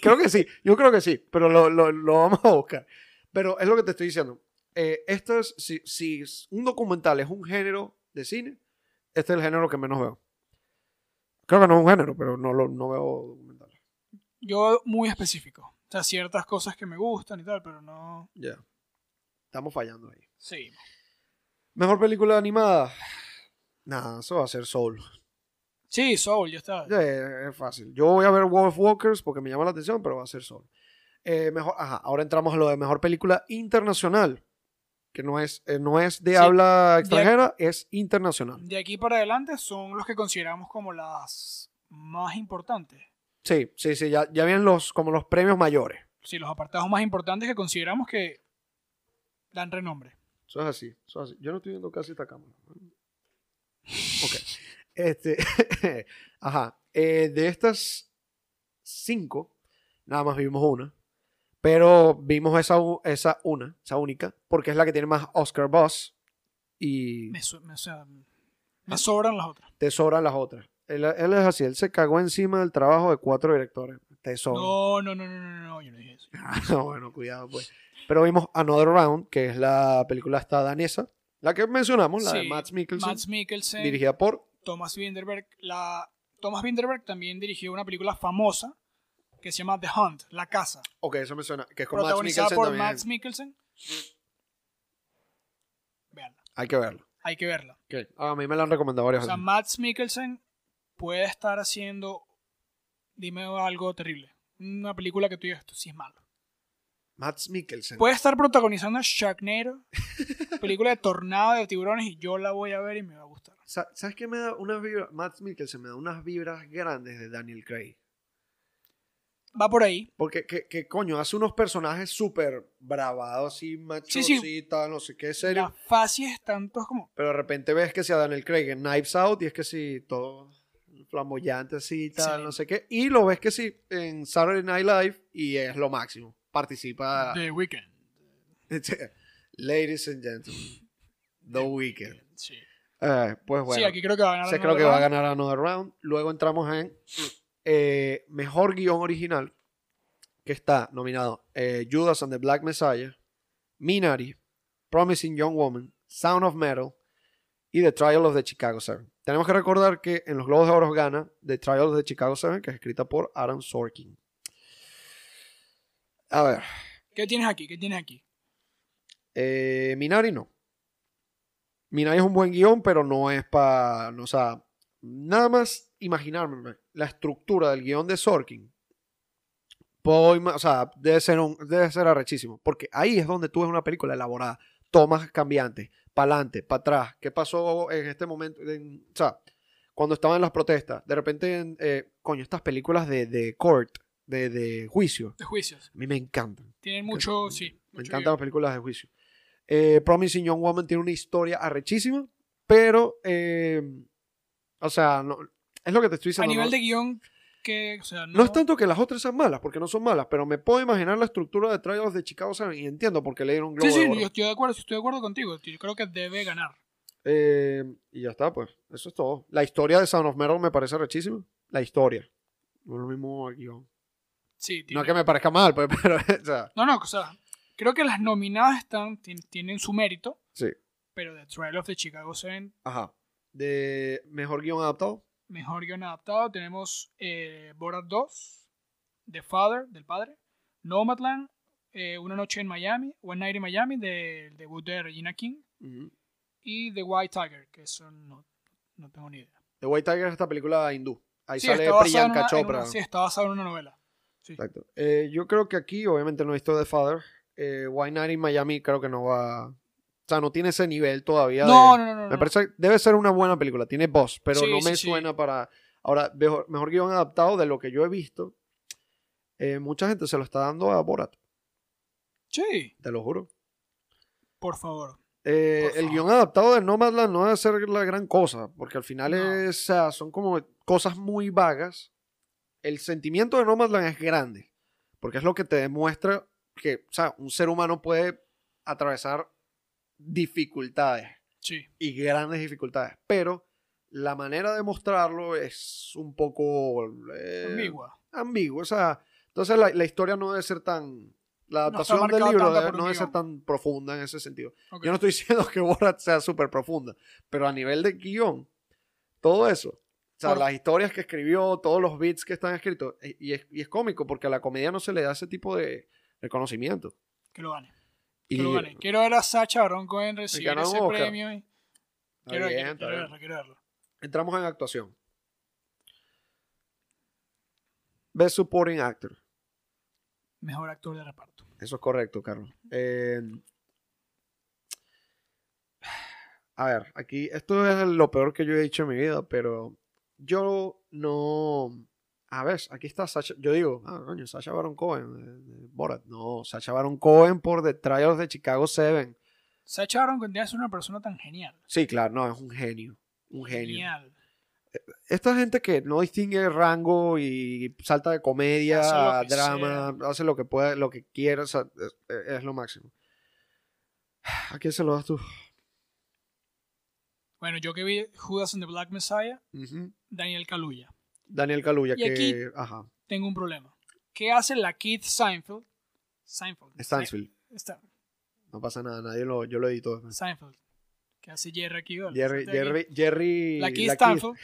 [SPEAKER 2] Creo que sí, yo creo que sí, pero lo, lo- lo vamos a buscar. Pero es lo que te estoy diciendo. Eh, esto es, si, si es un documental es un género de cine, este es el género que menos veo. Creo que no es un género, pero no, lo, no veo documentales.
[SPEAKER 1] Yo muy específico. O sea, ciertas cosas que me gustan y tal, pero no.
[SPEAKER 2] Ya. Estamos fallando ahí.
[SPEAKER 1] Sí.
[SPEAKER 2] Mejor película animada. Nada, eso va a ser Soul.
[SPEAKER 1] Sí, Soul, ya está.
[SPEAKER 2] Ya, es- es fácil. Yo voy a ver Wolf Walkers porque me llama la atención, pero va a ser solo. Eh, mejor, ajá, ahora entramos a lo de mejor película internacional, que no es, eh, no es de
[SPEAKER 1] Sí.
[SPEAKER 2] habla extranjera, es internacional.
[SPEAKER 1] De aquí para adelante son los que consideramos como las más importantes.
[SPEAKER 2] Sí, sí, sí, ya, ya vienen los, como los premios mayores.
[SPEAKER 1] Sí, los apartados más importantes que consideramos que dan renombre.
[SPEAKER 2] Eso es así, eso es así. Yo no estoy viendo casi esta cámara. Ok. Este, [LAUGHS] ajá. eh, de estas cinco, nada más vimos una. Pero vimos esa, u- esa una, esa única, porque es la que tiene más Oscar Buzz y
[SPEAKER 1] Me, su- me- o sea,
[SPEAKER 2] Ah.
[SPEAKER 1] me sobran las otras.
[SPEAKER 2] te sobran las otras. Él, él es así, él se cagó encima del trabajo de cuatro directores. Te sobran. [LAUGHS]
[SPEAKER 1] No, no, no, no, no, no, yo no dije eso.
[SPEAKER 2] Ah, bueno, cuidado, pues. Pero vimos Another Round, que es la película esta danesa, la que mencionamos, la de
[SPEAKER 1] Sí,
[SPEAKER 2] Matt Mikkelsen,
[SPEAKER 1] Max Mikkelsen,
[SPEAKER 2] dirigida por
[SPEAKER 1] Thomas Vinderberg. La, Thomas Vinderberg también dirigió una película famosa que se llama The Hunt, La Casa,
[SPEAKER 2] Ok, eso me suena. Que es con Mads
[SPEAKER 1] protagonizada
[SPEAKER 2] Mikkelsen
[SPEAKER 1] por
[SPEAKER 2] también.
[SPEAKER 1] Max Mikkelsen. Veanla,
[SPEAKER 2] Hay que verlo. Ah,
[SPEAKER 1] hay que verla.
[SPEAKER 2] A mí me lo han recomendado
[SPEAKER 1] O
[SPEAKER 2] varias
[SPEAKER 1] sea,
[SPEAKER 2] veces.
[SPEAKER 1] Max Mikkelsen puede estar haciendo, dime algo terrible, una película que tú digas, esto sí es malo.
[SPEAKER 2] Max Mikkelsen.
[SPEAKER 1] Puede estar protagonizando Sharknado, película de tornado de tiburones y yo la voy a ver y me va a gustar.
[SPEAKER 2] Sa- ¿Sabes qué me da unas vibras? Max Mikkelsen me da unas vibras grandes de Daniel Craig.
[SPEAKER 1] Va por ahí.
[SPEAKER 2] Porque, que, que coño, hace unos personajes súper bravados, así,
[SPEAKER 1] Sí,
[SPEAKER 2] machos
[SPEAKER 1] sí.
[SPEAKER 2] y tal, no sé qué, serio.
[SPEAKER 1] Las facies tantos como...
[SPEAKER 2] Pero de repente ves que si a Daniel Craig en Knives Out y es que si todo flamboyante así y tal,
[SPEAKER 1] Sí.
[SPEAKER 2] no sé qué. Y lo ves que si en Saturday Night Live y es lo máximo. Participa.
[SPEAKER 1] The Weeknd.
[SPEAKER 2] [LAUGHS] Ladies and gentlemen, The Weeknd.
[SPEAKER 1] Sí.
[SPEAKER 2] Eh, pues bueno,
[SPEAKER 1] Sí, aquí creo que va a ganar.
[SPEAKER 2] se creo
[SPEAKER 1] Another
[SPEAKER 2] que va a
[SPEAKER 1] Round.
[SPEAKER 2] ganar Another Round. Luego entramos en eh, Mejor Guión Original, que está nominado eh, Judas and the Black Messiah, Minari, Promising Young Woman, Sound of Metal y The Trial of the Chicago Seven. Tenemos que recordar que en los Globos de Oro gana The Trial of the Chicago Seven, que es escrita por Aaron Sorkin. A ver,
[SPEAKER 1] ¿Qué tienes aquí? ¿Qué tienes aquí?
[SPEAKER 2] eh, Minari no. Minari es un buen guión, pero no es para. o sea, nada más imaginarme la estructura del guión de Sorkin. puedo ima- o sea, debe ser, un, debe ser arrechísimo. Porque ahí es donde tú ves una película elaborada. Tomas cambiantes, para adelante, para atrás. ¿Qué pasó en este momento? En- o sea, cuando estaban las protestas, de repente, en, eh, coño, estas películas de, de court, de, de juicio,
[SPEAKER 1] de juicios.
[SPEAKER 2] a mí me encantan.
[SPEAKER 1] Tienen mucho,
[SPEAKER 2] Que-
[SPEAKER 1] sí.
[SPEAKER 2] Me
[SPEAKER 1] mucho
[SPEAKER 2] encantan las películas de juicio. Eh, Promising Young Woman tiene una historia arrechísima, pero, eh, o sea, no, es lo que te estoy
[SPEAKER 1] guión. A
[SPEAKER 2] diciendo.
[SPEAKER 1] nivel
[SPEAKER 2] ¿no?
[SPEAKER 1] de guión, que, o sea, no,
[SPEAKER 2] No es tanto que las otras sean malas, porque no son malas, pero me puedo imaginar la estructura de Trials de Chicago Seven y entiendo por qué le dieron un globo
[SPEAKER 1] Sí, sí,
[SPEAKER 2] de oro.
[SPEAKER 1] yo estoy de acuerdo, sí estoy de acuerdo contigo. Yo creo que debe ganar.
[SPEAKER 2] Eh, y ya está, pues. Eso es todo. La historia de Sound of Metal me parece rechísima. La historia. No es lo mismo el guión.
[SPEAKER 1] Sí, tiene-
[SPEAKER 2] No que me parezca mal, pues, [LAUGHS] pero, o sea,
[SPEAKER 1] No, no, o sea, creo que las nominadas están, tien- tienen su mérito,
[SPEAKER 2] sí.
[SPEAKER 1] pero The Trial of the Chicago Seven,
[SPEAKER 2] Ajá. De mejor guión adaptado.
[SPEAKER 1] mejor guión adaptado, tenemos eh, Borat 2, The Father, del padre, Nomadland, eh, Una noche en Miami, One Night in Miami, del debut de Regina King, y The White Tiger, que eso no, no tengo ni idea.
[SPEAKER 2] The White Tiger es esta película hindú. Ahí
[SPEAKER 1] Sí,
[SPEAKER 2] sale
[SPEAKER 1] está basado en
[SPEAKER 2] Priyanka
[SPEAKER 1] una- en
[SPEAKER 2] Chopra.
[SPEAKER 1] una- sí, está basado en una novela.
[SPEAKER 2] Exacto. Eh, yo creo que aquí, obviamente, no he visto The Father. Eh, Why Not in Miami creo que no va. O sea, no tiene ese nivel todavía. de-
[SPEAKER 1] No, no, no, no.
[SPEAKER 2] Me
[SPEAKER 1] no.
[SPEAKER 2] parece debe ser una buena película. Tiene voz, pero
[SPEAKER 1] Sí,
[SPEAKER 2] no
[SPEAKER 1] sí,
[SPEAKER 2] me
[SPEAKER 1] sí.
[SPEAKER 2] suena para. Ahora, mejor, mejor guión adaptado de lo que yo he visto. eh, mucha gente se lo está dando a Borat,
[SPEAKER 1] Sí,
[SPEAKER 2] te lo juro.
[SPEAKER 1] por favor.
[SPEAKER 2] Eh,
[SPEAKER 1] Por
[SPEAKER 2] el
[SPEAKER 1] favor.
[SPEAKER 2] guión adaptado de Nomadland no debe ser la gran cosa, porque al final
[SPEAKER 1] No.
[SPEAKER 2] es- o sea, son como cosas muy vagas. El sentimiento de Nomadland es grande, porque es lo que te demuestra que o sea, un ser humano puede atravesar dificultades
[SPEAKER 1] Sí.
[SPEAKER 2] y grandes dificultades, pero la manera de mostrarlo es un poco eh,
[SPEAKER 1] Ambigua.
[SPEAKER 2] ambigua, O sea, entonces la, la historia no debe ser tan. La
[SPEAKER 1] No está
[SPEAKER 2] adaptación del
[SPEAKER 1] marcada
[SPEAKER 2] libro
[SPEAKER 1] tanto
[SPEAKER 2] debe-
[SPEAKER 1] por un
[SPEAKER 2] no debe ser
[SPEAKER 1] guión.
[SPEAKER 2] tan profunda en ese sentido.
[SPEAKER 1] Ok.
[SPEAKER 2] Yo no estoy [LAUGHS] diciendo que Borat sea súper profunda, pero a nivel de guión, todo eso. O sea,
[SPEAKER 1] Por-
[SPEAKER 2] las historias que escribió, todos los beats que están escritos. y- Y es, y es cómico porque a la comedia no se le da ese tipo de reconocimiento.
[SPEAKER 1] Que lo gane.
[SPEAKER 2] Y,
[SPEAKER 1] Que lo gane. Quiero ver a Sacha Baron Cohen recibir
[SPEAKER 2] ganó un
[SPEAKER 1] ese
[SPEAKER 2] Oscar.
[SPEAKER 1] premio. y-
[SPEAKER 2] Está
[SPEAKER 1] Quiero,
[SPEAKER 2] bien,
[SPEAKER 1] quiero-
[SPEAKER 2] está
[SPEAKER 1] quiero
[SPEAKER 2] bien.
[SPEAKER 1] verlo, quiero verlo.
[SPEAKER 2] Entramos en actuación. Best Supporting Actor.
[SPEAKER 1] Mejor actor de reparto.
[SPEAKER 2] Eso es correcto, Carlos. Eh, a ver, aquí, esto es lo peor que yo he hecho en mi vida, pero yo no... A ver, aquí está Sacha, yo digo, ah, coño, Sacha Baron Cohen, de- de Borat. No, Sacha Baron Cohen por The Trials de Chicago 7.
[SPEAKER 1] Sacha Baron Cohen es una persona tan genial.
[SPEAKER 2] Sí, claro, no, es un genio, un genio.
[SPEAKER 1] Genial.
[SPEAKER 2] Esta gente que no distingue rango y salta de comedia,
[SPEAKER 1] Hace lo
[SPEAKER 2] a
[SPEAKER 1] que
[SPEAKER 2] drama, hace lo que pueda, lo que quiera, o sea, es, es lo máximo. ¿A quién se lo das tú?
[SPEAKER 1] Bueno, yo que vi Judas and the Black Messiah,
[SPEAKER 2] Ujú.
[SPEAKER 1] Daniel Kaluuya.
[SPEAKER 2] Daniel Kaluuya,
[SPEAKER 1] Y
[SPEAKER 2] que.
[SPEAKER 1] aquí-
[SPEAKER 2] Ajá,
[SPEAKER 1] Tengo un problema. ¿Qué hace la Keith Seinfeld? Seinfeld.
[SPEAKER 2] Stansfield.
[SPEAKER 1] Eh, Sta-
[SPEAKER 2] No pasa nada, nadie lo, yo lo edito. después.
[SPEAKER 1] Seinfeld. ¿Qué hace Jerry aquí? hola?
[SPEAKER 2] Jerry,
[SPEAKER 1] Salte de aquí.
[SPEAKER 2] Jerry, Jerry.
[SPEAKER 1] La Keith
[SPEAKER 2] la Keith.
[SPEAKER 1] Stanford.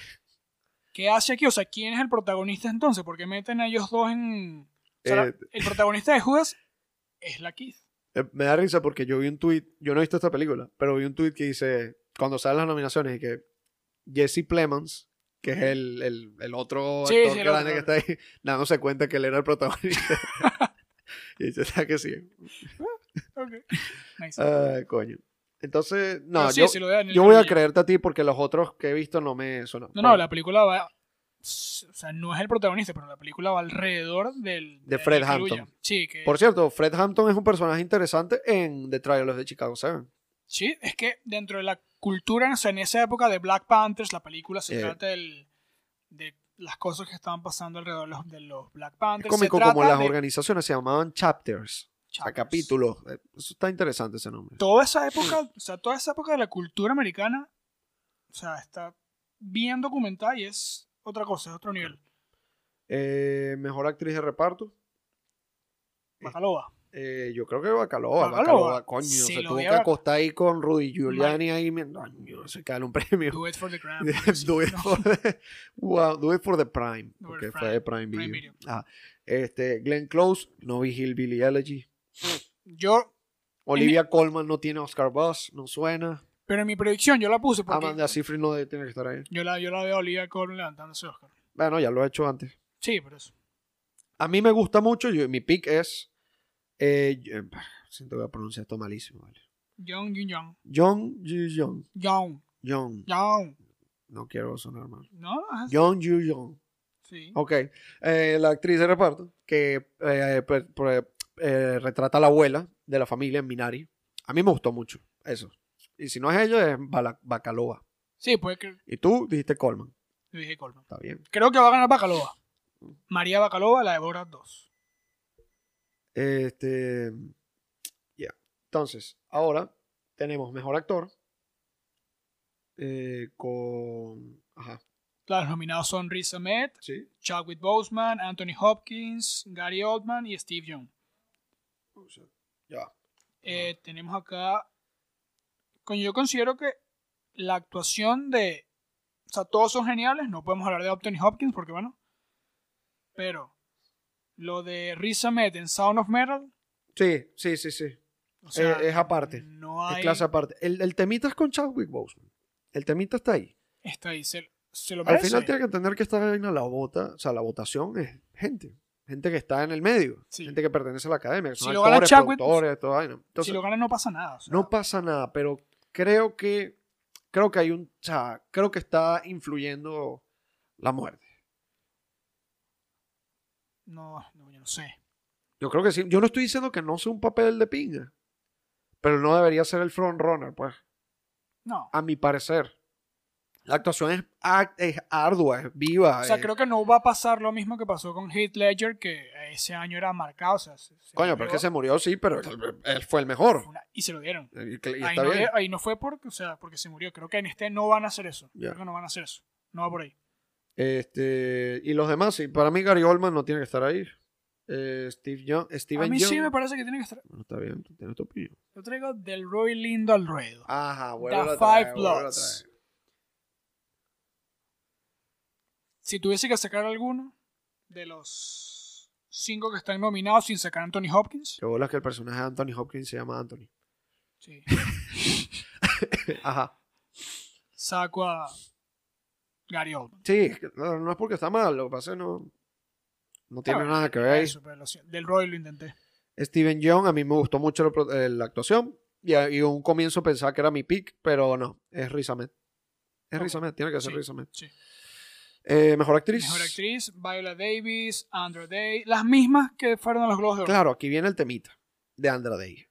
[SPEAKER 1] ¿Qué hace aquí? O sea, ¿quién es el protagonista entonces? Porque meten a ellos dos en. o sea,
[SPEAKER 2] Eh,
[SPEAKER 1] el protagonista de Judas es la Keith.
[SPEAKER 2] Eh, Me da risa porque yo vi un tweet, yo no he visto esta película, pero vi un tweet que dice, cuando salen las nominaciones, y que Jesse Plemons, que es el, el, el otro
[SPEAKER 1] Sí,
[SPEAKER 2] actor
[SPEAKER 1] sí, el
[SPEAKER 2] grande que
[SPEAKER 1] otro.
[SPEAKER 2] está ahí, [LAUGHS] dándose cuenta que él era
[SPEAKER 1] [LAUGHS]
[SPEAKER 2] el protagonista. y dice, "Ah, que sí? [LAUGHS]
[SPEAKER 1] Ok. Nice.
[SPEAKER 2] Ay, coño. Entonces, Eh, no,
[SPEAKER 1] Pero sí,
[SPEAKER 2] yo,
[SPEAKER 1] sí lo veo en el
[SPEAKER 2] yo voy a
[SPEAKER 1] Caluya.
[SPEAKER 2] creerte a ti porque los otros que he visto no me sonan.
[SPEAKER 1] No, no, la película va. O sea, no es el protagonista, pero la película va alrededor del.
[SPEAKER 2] De
[SPEAKER 1] del
[SPEAKER 2] Fred
[SPEAKER 1] Caluya.
[SPEAKER 2] Hampton.
[SPEAKER 1] Sí, que.
[SPEAKER 2] Por cierto, Fred Hampton es un personaje interesante en The Trials de Chicago 7.
[SPEAKER 1] Sí, es que dentro de la cultura, o sea, en esa época de Black Panthers, la película se
[SPEAKER 2] Eh.
[SPEAKER 1] trata del, de las cosas que estaban pasando alrededor de los, de los Black
[SPEAKER 2] Es
[SPEAKER 1] Panthers.
[SPEAKER 2] cómico
[SPEAKER 1] se trata
[SPEAKER 2] como las
[SPEAKER 1] de
[SPEAKER 2] organizaciones se llamaban chapters, a
[SPEAKER 1] chapters.
[SPEAKER 2] capítulos. Eh, Eso está interesante ese nombre.
[SPEAKER 1] toda esa
[SPEAKER 2] [CLEARS THROAT]
[SPEAKER 1] época, o sea, toda esa época de la cultura americana, o sea, está bien documentada y es otra cosa, es otro nivel.
[SPEAKER 2] Eh, mejor actriz de reparto.
[SPEAKER 1] Bacaloba.
[SPEAKER 2] eh, yo creo que Bacalova.
[SPEAKER 1] Bacalova.
[SPEAKER 2] Bacalova, coño.
[SPEAKER 1] Sí,
[SPEAKER 2] se
[SPEAKER 1] lo
[SPEAKER 2] tuvo
[SPEAKER 1] vi
[SPEAKER 2] que
[SPEAKER 1] a Bac-
[SPEAKER 2] acostar ahí con Rudy Giuliani ahí. me- coño, se cae un premio. [LAUGHS]
[SPEAKER 1] Do it for the gram. pues.
[SPEAKER 2] do, it
[SPEAKER 1] No,
[SPEAKER 2] for the, wow, do it for the Prime.
[SPEAKER 1] Do it
[SPEAKER 2] Porque
[SPEAKER 1] for
[SPEAKER 2] fue de Prime Video.
[SPEAKER 1] Prime
[SPEAKER 2] Ah, este, Glenn Close, no vi Hillbilly Elegy.
[SPEAKER 1] Yo,
[SPEAKER 2] Olivia Colman no tiene Oscar Buzz, no suena.
[SPEAKER 1] pero en mi predicción yo la puse porque
[SPEAKER 2] Amanda Seyfried no debe- tiene que estar ahí.
[SPEAKER 1] yo la, yo la veo a Olivia Colman levantándose Oscar.
[SPEAKER 2] Bueno, ya lo he hecho antes.
[SPEAKER 1] Sí, por eso.
[SPEAKER 2] A mí me gusta mucho, yo- mi pick es. Eh, yo- siento que voy a pronunciar esto malísimo, ¿vale?
[SPEAKER 1] Young, young,
[SPEAKER 2] John Yu Young.
[SPEAKER 1] young,
[SPEAKER 2] John.
[SPEAKER 1] young.
[SPEAKER 2] No quiero sonar mal.
[SPEAKER 1] No, no, es-
[SPEAKER 2] John Yu Young.
[SPEAKER 1] sí.
[SPEAKER 2] Ok. Eh, la actriz de reparto que eh, pre- pre- eh, retrata a la abuela de la familia en Minari. A mí me gustó mucho eso. Y si no es ella, es Bala- Bacalova.
[SPEAKER 1] Sí, puede que
[SPEAKER 2] Y tú dijiste Coleman.
[SPEAKER 1] yo dije Coleman.
[SPEAKER 2] Está bien.
[SPEAKER 1] Creo que va a ganar Bacalova. María Bacalova, la de Borat 2.
[SPEAKER 2] Este. Ya. Entonces, ahora tenemos mejor actor. eh, con. Ajá.
[SPEAKER 1] Los nominados son Riz Ahmed,
[SPEAKER 2] Sí.
[SPEAKER 1] Chadwick Boseman, Anthony Hopkins, Gary Oldman y Steve Young.
[SPEAKER 2] o sea, ya. va.
[SPEAKER 1] Eh, Tenemos acá. Coño, yo considero que la actuación de. O sea, todos son geniales. No podemos hablar de Anthony Hopkins porque, bueno. Pero. Lo de Riz Ahmed en Sound of Metal.
[SPEAKER 2] Sí, sí, sí, sí.
[SPEAKER 1] o sea,
[SPEAKER 2] es aparte.
[SPEAKER 1] No
[SPEAKER 2] Es
[SPEAKER 1] hay.
[SPEAKER 2] clase aparte. El, el temita es con Chadwick Boseman. El temita está ahí.
[SPEAKER 1] Está ahí. Se, se lo
[SPEAKER 2] Al
[SPEAKER 1] merece.
[SPEAKER 2] final tiene que entender que esta vaina la vota, o sea, la votación es gente. Gente que está en el medio.
[SPEAKER 1] Sí.
[SPEAKER 2] Gente que pertenece a la academia. Que
[SPEAKER 1] Si
[SPEAKER 2] son
[SPEAKER 1] lo gana
[SPEAKER 2] actores,
[SPEAKER 1] Chadwick, pues,
[SPEAKER 2] productores, toda vaina. Entonces,
[SPEAKER 1] si lo gana, no pasa nada. o sea,
[SPEAKER 2] No pasa nada, pero creo que creo que hay un, o sea, creo que está influyendo la muerte.
[SPEAKER 1] no, no, yo no sé.
[SPEAKER 2] Yo creo que sí. Yo no estoy diciendo que no sea un papel de pinga, pero no debería ser el front runner, pues,
[SPEAKER 1] No.
[SPEAKER 2] a mi parecer. La actuación es, ar- es ardua, es viva.
[SPEAKER 1] O sea,
[SPEAKER 2] es-
[SPEAKER 1] creo que no va a pasar lo mismo que pasó con Heath Ledger, que ese año era marcado. O sea, se- se
[SPEAKER 2] Coño,
[SPEAKER 1] murió
[SPEAKER 2] pero es que se murió, sí, pero él, él fue el mejor.
[SPEAKER 1] una- y se lo dieron.
[SPEAKER 2] Y, y
[SPEAKER 1] Ahí
[SPEAKER 2] está
[SPEAKER 1] no,
[SPEAKER 2] bien.
[SPEAKER 1] ahí no fue porque, o sea, porque se murió. Creo que en este no van a hacer eso.
[SPEAKER 2] Ya.
[SPEAKER 1] Creo que no van a hacer eso. No va por ahí.
[SPEAKER 2] Este, y los demás, sí. Para mí, Gary Oldman no tiene que estar ahí. Eh, Steve Young. Steven
[SPEAKER 1] a mí sí
[SPEAKER 2] Yeun-
[SPEAKER 1] me parece que tiene que estar.
[SPEAKER 2] Bueno, está bien, tú tienes tu opinión.
[SPEAKER 1] Yo traigo del Roy Lindo al ruedo.
[SPEAKER 2] Ajá,
[SPEAKER 1] The
[SPEAKER 2] Ah, vuelve
[SPEAKER 1] Five Bloods. Si tuviese que sacar alguno de los cinco que están nominados sin sacar a Anthony Hopkins.
[SPEAKER 2] Qué bolas que el personaje de Anthony Hopkins se llama Anthony.
[SPEAKER 1] Sí.
[SPEAKER 2] [LAUGHS] Ajá.
[SPEAKER 1] Saco a Gary Oldman.
[SPEAKER 2] Sí, es que no, no es porque está mal, lo que pasa es que no, no tiene
[SPEAKER 1] bueno,
[SPEAKER 2] nada que ver. ahí.
[SPEAKER 1] Eso, pero lo si- del Roy lo intenté.
[SPEAKER 2] Steven Young, a mí me gustó mucho lo pro- eh, la actuación. Y, a- y un comienzo pensaba que era mi pick, pero no, es Riz Ahmed. Es
[SPEAKER 1] Ok.
[SPEAKER 2] Riz Ahmed, tiene que ser
[SPEAKER 1] Sí,
[SPEAKER 2] Riz Ahmed.
[SPEAKER 1] sí.
[SPEAKER 2] Eh, mejor actriz.
[SPEAKER 1] Mejor actriz, Viola Davis, Andra Day. Las mismas que fueron a los Globos de Oro.
[SPEAKER 2] Claro, aquí viene el temita de Andrade.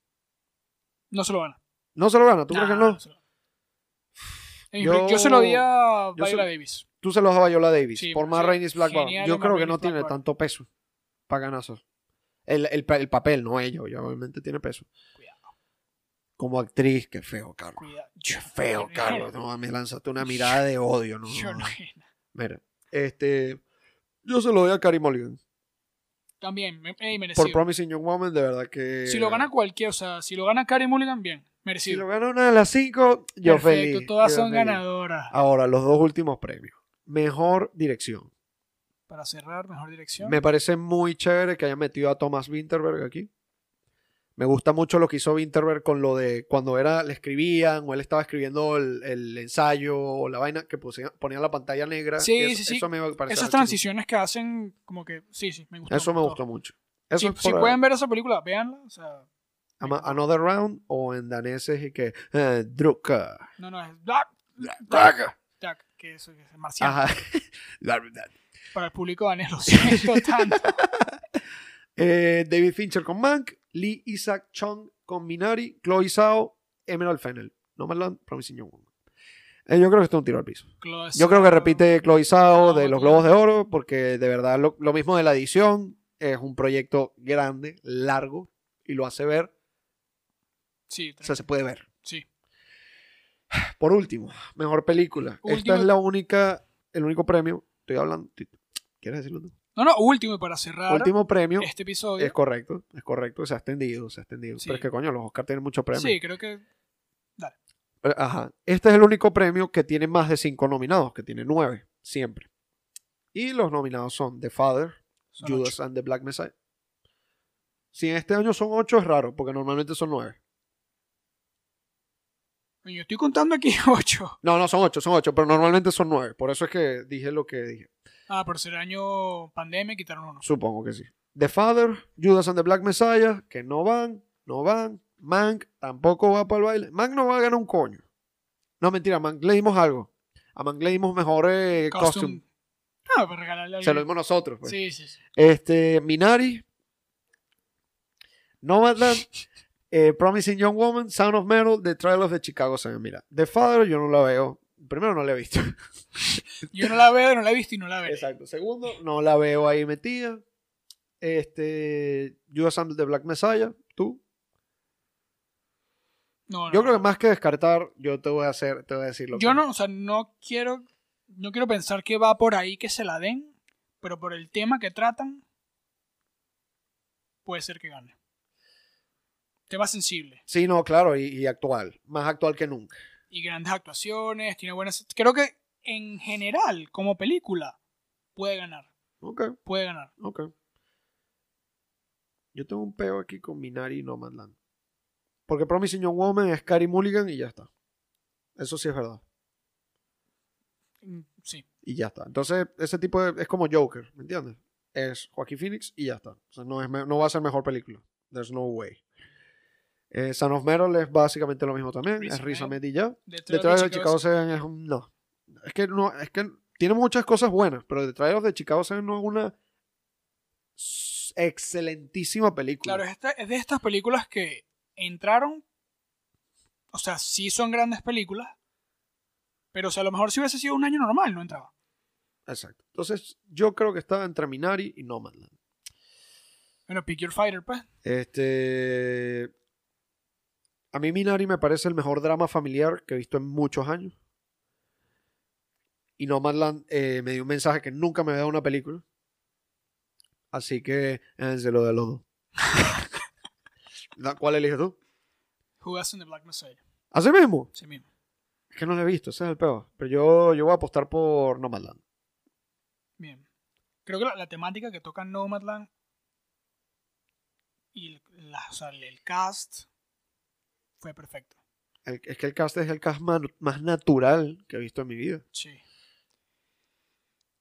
[SPEAKER 1] No se lo van a
[SPEAKER 2] No se lo gana, ¿tú
[SPEAKER 1] Nah,
[SPEAKER 2] crees que no?
[SPEAKER 1] se lo- En
[SPEAKER 2] Yo-
[SPEAKER 1] mi pre- Yo, se lo di a
[SPEAKER 2] yo se
[SPEAKER 1] Viola
[SPEAKER 2] lo-
[SPEAKER 1] Davis.
[SPEAKER 2] Tú se lo das a Viola Davis
[SPEAKER 1] Sí,
[SPEAKER 2] por
[SPEAKER 1] sí,
[SPEAKER 2] más Rainis Black Bottom.
[SPEAKER 1] genial,
[SPEAKER 2] Yo
[SPEAKER 1] Matt
[SPEAKER 2] creo que
[SPEAKER 1] Rainey's
[SPEAKER 2] no
[SPEAKER 1] Black
[SPEAKER 2] tiene
[SPEAKER 1] Bottom.
[SPEAKER 2] tanto peso para ganazo. El, el pa- el papel, no ella, ella obviamente tiene peso.
[SPEAKER 1] Cuidado.
[SPEAKER 2] Como actriz, qué feo, Carlos.
[SPEAKER 1] Cuidado.
[SPEAKER 2] Qué feo, Carlos. No, me lanzaste una mirada de odio, ¿no?
[SPEAKER 1] Yo no- [LAUGHS]
[SPEAKER 2] Mira, este. Yo se lo doy a Carey Mulligan.
[SPEAKER 1] También, me- ey,
[SPEAKER 2] Por
[SPEAKER 1] merecido.
[SPEAKER 2] Promising Young Woman, de verdad que.
[SPEAKER 1] si lo gana cualquiera, o sea, si lo gana Carey Mulligan, bien.
[SPEAKER 2] Si
[SPEAKER 1] Merecido.
[SPEAKER 2] lo gana una de las cinco, yo
[SPEAKER 1] Perfecto,
[SPEAKER 2] feliz.
[SPEAKER 1] todas
[SPEAKER 2] yo
[SPEAKER 1] son
[SPEAKER 2] feliz. Ah.
[SPEAKER 1] ganadoras.
[SPEAKER 2] Ahora, los dos últimos premios. Mejor dirección.
[SPEAKER 1] Para cerrar, mejor dirección.
[SPEAKER 2] Me parece muy chévere que hayan metido a Thomas Winterberg aquí. Me gusta mucho lo que hizo Winterberg con lo de cuando era, le escribían o él estaba escribiendo el, el ensayo o la vaina que pusieron- ponían la pantalla negra.
[SPEAKER 1] Sí,
[SPEAKER 2] y eso,
[SPEAKER 1] sí, sí.
[SPEAKER 2] Eso me pareció
[SPEAKER 1] Esas
[SPEAKER 2] archi-
[SPEAKER 1] transiciones que hacen, como que, sí, sí, me gustó.
[SPEAKER 2] Eso me
[SPEAKER 1] todo.
[SPEAKER 2] gustó mucho. Eso
[SPEAKER 1] Si-
[SPEAKER 2] es
[SPEAKER 1] si
[SPEAKER 2] por-
[SPEAKER 1] pueden ver esa película, véanla. O sea,
[SPEAKER 2] Ama- Another Round o en daneses y que eh, Drucker.
[SPEAKER 1] no, no, es Black,
[SPEAKER 2] Drucker.
[SPEAKER 1] Jack, que eso que es marciano.
[SPEAKER 2] Ajá. [LAUGHS]
[SPEAKER 1] Para el público danés, lo [LAUGHS] siento tanto.
[SPEAKER 2] Eh, David Fincher con Mank, Lee Isaac Chung con Minari, Chloe Zhao, Emerald Fennel, Nomadland, Promising Young Woman. Eh, yo creo que esto es un tiro al piso. Yo creo que repite Chloe Zhao de los Globos de Oro porque de verdad lo, lo mismo de la edición es un proyecto grande, largo y lo hace ver,
[SPEAKER 1] Sí,
[SPEAKER 2] o sea, se puede ver.
[SPEAKER 1] sí.
[SPEAKER 2] Por último, mejor película. Esta
[SPEAKER 1] Último-
[SPEAKER 2] es la única, el único premio. Estoy hablando. ¿Quieres decirlo tú?
[SPEAKER 1] No, no, último y para cerrar
[SPEAKER 2] último premio.
[SPEAKER 1] este episodio.
[SPEAKER 2] Es correcto, es correcto, se ha extendido, se ha extendido.
[SPEAKER 1] Sí.
[SPEAKER 2] Pero es que coño, los Oscar tienen muchos premios.
[SPEAKER 1] sí, creo que
[SPEAKER 2] Pero, Ajá. Este es el único premio que tiene más de cinco nominados, que tiene nueve, siempre. Y los nominados son The Father,
[SPEAKER 1] son
[SPEAKER 2] Judas
[SPEAKER 1] ocho.
[SPEAKER 2] and the Black Messiah. Si en este año son ocho, es raro, porque normalmente son nueve.
[SPEAKER 1] Yo estoy contando aquí [LAUGHS] ocho.
[SPEAKER 2] No, no, son ocho, son ocho, pero normalmente son nueve. Por eso es que dije lo que dije.
[SPEAKER 1] Ah, por ser año pandemia quitaron uno.
[SPEAKER 2] Supongo que sí. The Father, Judas and the Black Messiah, que no van, no van. Mank tampoco va para el baile. Mank no va a ganar un coño. No, mentira, a Mank le dimos algo. A Mank le dimos mejor eh, costume.
[SPEAKER 1] Costume. Ah, para regalarle a
[SPEAKER 2] Se lo
[SPEAKER 1] alguien.
[SPEAKER 2] dimos nosotros. Pues.
[SPEAKER 1] Sí, sí, sí.
[SPEAKER 2] Este, Minari,
[SPEAKER 1] [LAUGHS]
[SPEAKER 2] Nomadland, eh, Promising Young Woman, Sound of Metal, The Trial of the Chicago Seven. Mira, The Father yo no la veo. Primero no la he visto.
[SPEAKER 1] Yo no la veo, no la he visto y no la veo.
[SPEAKER 2] Exacto. Segundo, no la veo ahí metida. Este, Judas and the Black Messiah, tú.
[SPEAKER 1] No, no,
[SPEAKER 2] Yo
[SPEAKER 1] no.
[SPEAKER 2] creo que más que descartar, yo te voy a hacer, te voy a decir lo
[SPEAKER 1] Yo
[SPEAKER 2] que-
[SPEAKER 1] no, o sea, no quiero, no quiero pensar que va por ahí que se la den, pero por el tema que tratan, puede ser que gane. Tema sensible.
[SPEAKER 2] Sí, no, claro, y, y actual. Más actual que nunca.
[SPEAKER 1] Y grandes actuaciones, tiene buenas... Creo que en general, como película, puede ganar.
[SPEAKER 2] Ok,
[SPEAKER 1] Puede ganar.
[SPEAKER 2] ok. Yo tengo un peo aquí con Minari y Nomadland. Porque Promising Young Woman es Carrie Mulligan y ya está. Eso sí es verdad.
[SPEAKER 1] Mm, Sí.
[SPEAKER 2] Y ya está. Entonces, ese tipo de, es como Joker, ¿me entiendes? Es Joaquín Phoenix y ya está. O sea, no, es, me- no va a ser mejor película. There's no way. Eh, Son of Metal es básicamente lo mismo también.
[SPEAKER 1] Riz
[SPEAKER 2] es Riz
[SPEAKER 1] Ahmed.
[SPEAKER 2] Ahmed y ya. The
[SPEAKER 1] Detrás
[SPEAKER 2] Trial of Chicago Seven es un- no. Es que no, es que tiene muchas cosas buenas, pero The Trial of the Chicago Seven no es una s- excelentísima película.
[SPEAKER 1] Claro, es, esta- es de estas películas que entraron. O sea, sí son grandes películas. Pero o sea, a lo mejor si hubiese sido un año normal, no entraba.
[SPEAKER 2] Exacto. Entonces, yo creo que está entre Minari y Nomadland.
[SPEAKER 1] Bueno, Pick Your Fighter, pues.
[SPEAKER 2] Este a mí Minari me parece el mejor drama familiar que he visto en muchos años. Y Nomadland eh, me dio un mensaje que nunca me había dado una película. Así que eh, se lo de los dos. La- ¿Cuál eliges tú?
[SPEAKER 1] Who Has in the Black Messiah.
[SPEAKER 2] ¿Así mismo?
[SPEAKER 1] Sí mismo.
[SPEAKER 2] Es que no lo he visto, ese es el peor. Pero yo, yo voy a apostar por Nomadland.
[SPEAKER 1] Bien. Creo que la, la temática que toca Nomadland y el- la- o sea, el- el cast fue perfecto.
[SPEAKER 2] El- es que el cast es el cast más, más natural que he visto en mi vida.
[SPEAKER 1] Sí.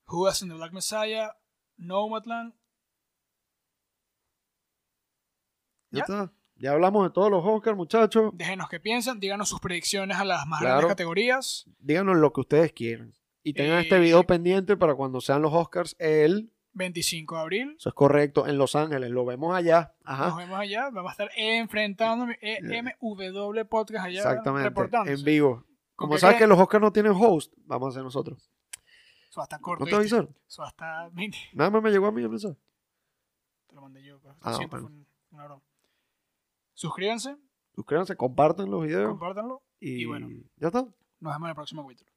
[SPEAKER 1] Judas and the Black Messiah, Nomadland.
[SPEAKER 2] Ya,
[SPEAKER 1] Ya.
[SPEAKER 2] está. Ya hablamos de todos los Oscars, muchachos.
[SPEAKER 1] Déjenos qué piensan, díganos sus predicciones a las más
[SPEAKER 2] Claro.
[SPEAKER 1] grandes categorías.
[SPEAKER 2] Díganos lo que ustedes quieran. Y tengan
[SPEAKER 1] Eh,
[SPEAKER 2] este video pendiente para cuando sean los Oscars. Él,
[SPEAKER 1] 25 de abril.
[SPEAKER 2] eso es correcto, en Los Ángeles. Lo vemos allá.
[SPEAKER 1] Nos
[SPEAKER 2] Ajá.
[SPEAKER 1] vemos allá. Vamos a estar enfrentando EMW Podcast allá.
[SPEAKER 2] Exactamente.
[SPEAKER 1] Reportando.
[SPEAKER 2] En vivo.
[SPEAKER 1] ¿Con
[SPEAKER 2] Como
[SPEAKER 1] qué
[SPEAKER 2] sabes que
[SPEAKER 1] crees?
[SPEAKER 2] los Oscars no tienen host, vamos a hacer nosotros.
[SPEAKER 1] Eso va a estar corto.
[SPEAKER 2] ¿No te
[SPEAKER 1] ¿viste?
[SPEAKER 2] avisaron?
[SPEAKER 1] Eso va a estar. [LAUGHS] Te
[SPEAKER 2] Nada más me llegó a mí el mensaje.
[SPEAKER 1] lo mandé yo. pero
[SPEAKER 2] Ah,
[SPEAKER 1] siento,
[SPEAKER 2] bueno.
[SPEAKER 1] fue un- una broma. Suscríbanse,
[SPEAKER 2] Suscríbanse, compartan los videos
[SPEAKER 1] compártanlo.
[SPEAKER 2] y,
[SPEAKER 1] y bueno.
[SPEAKER 2] ya está.
[SPEAKER 1] Nos vemos en el próximo capítulo.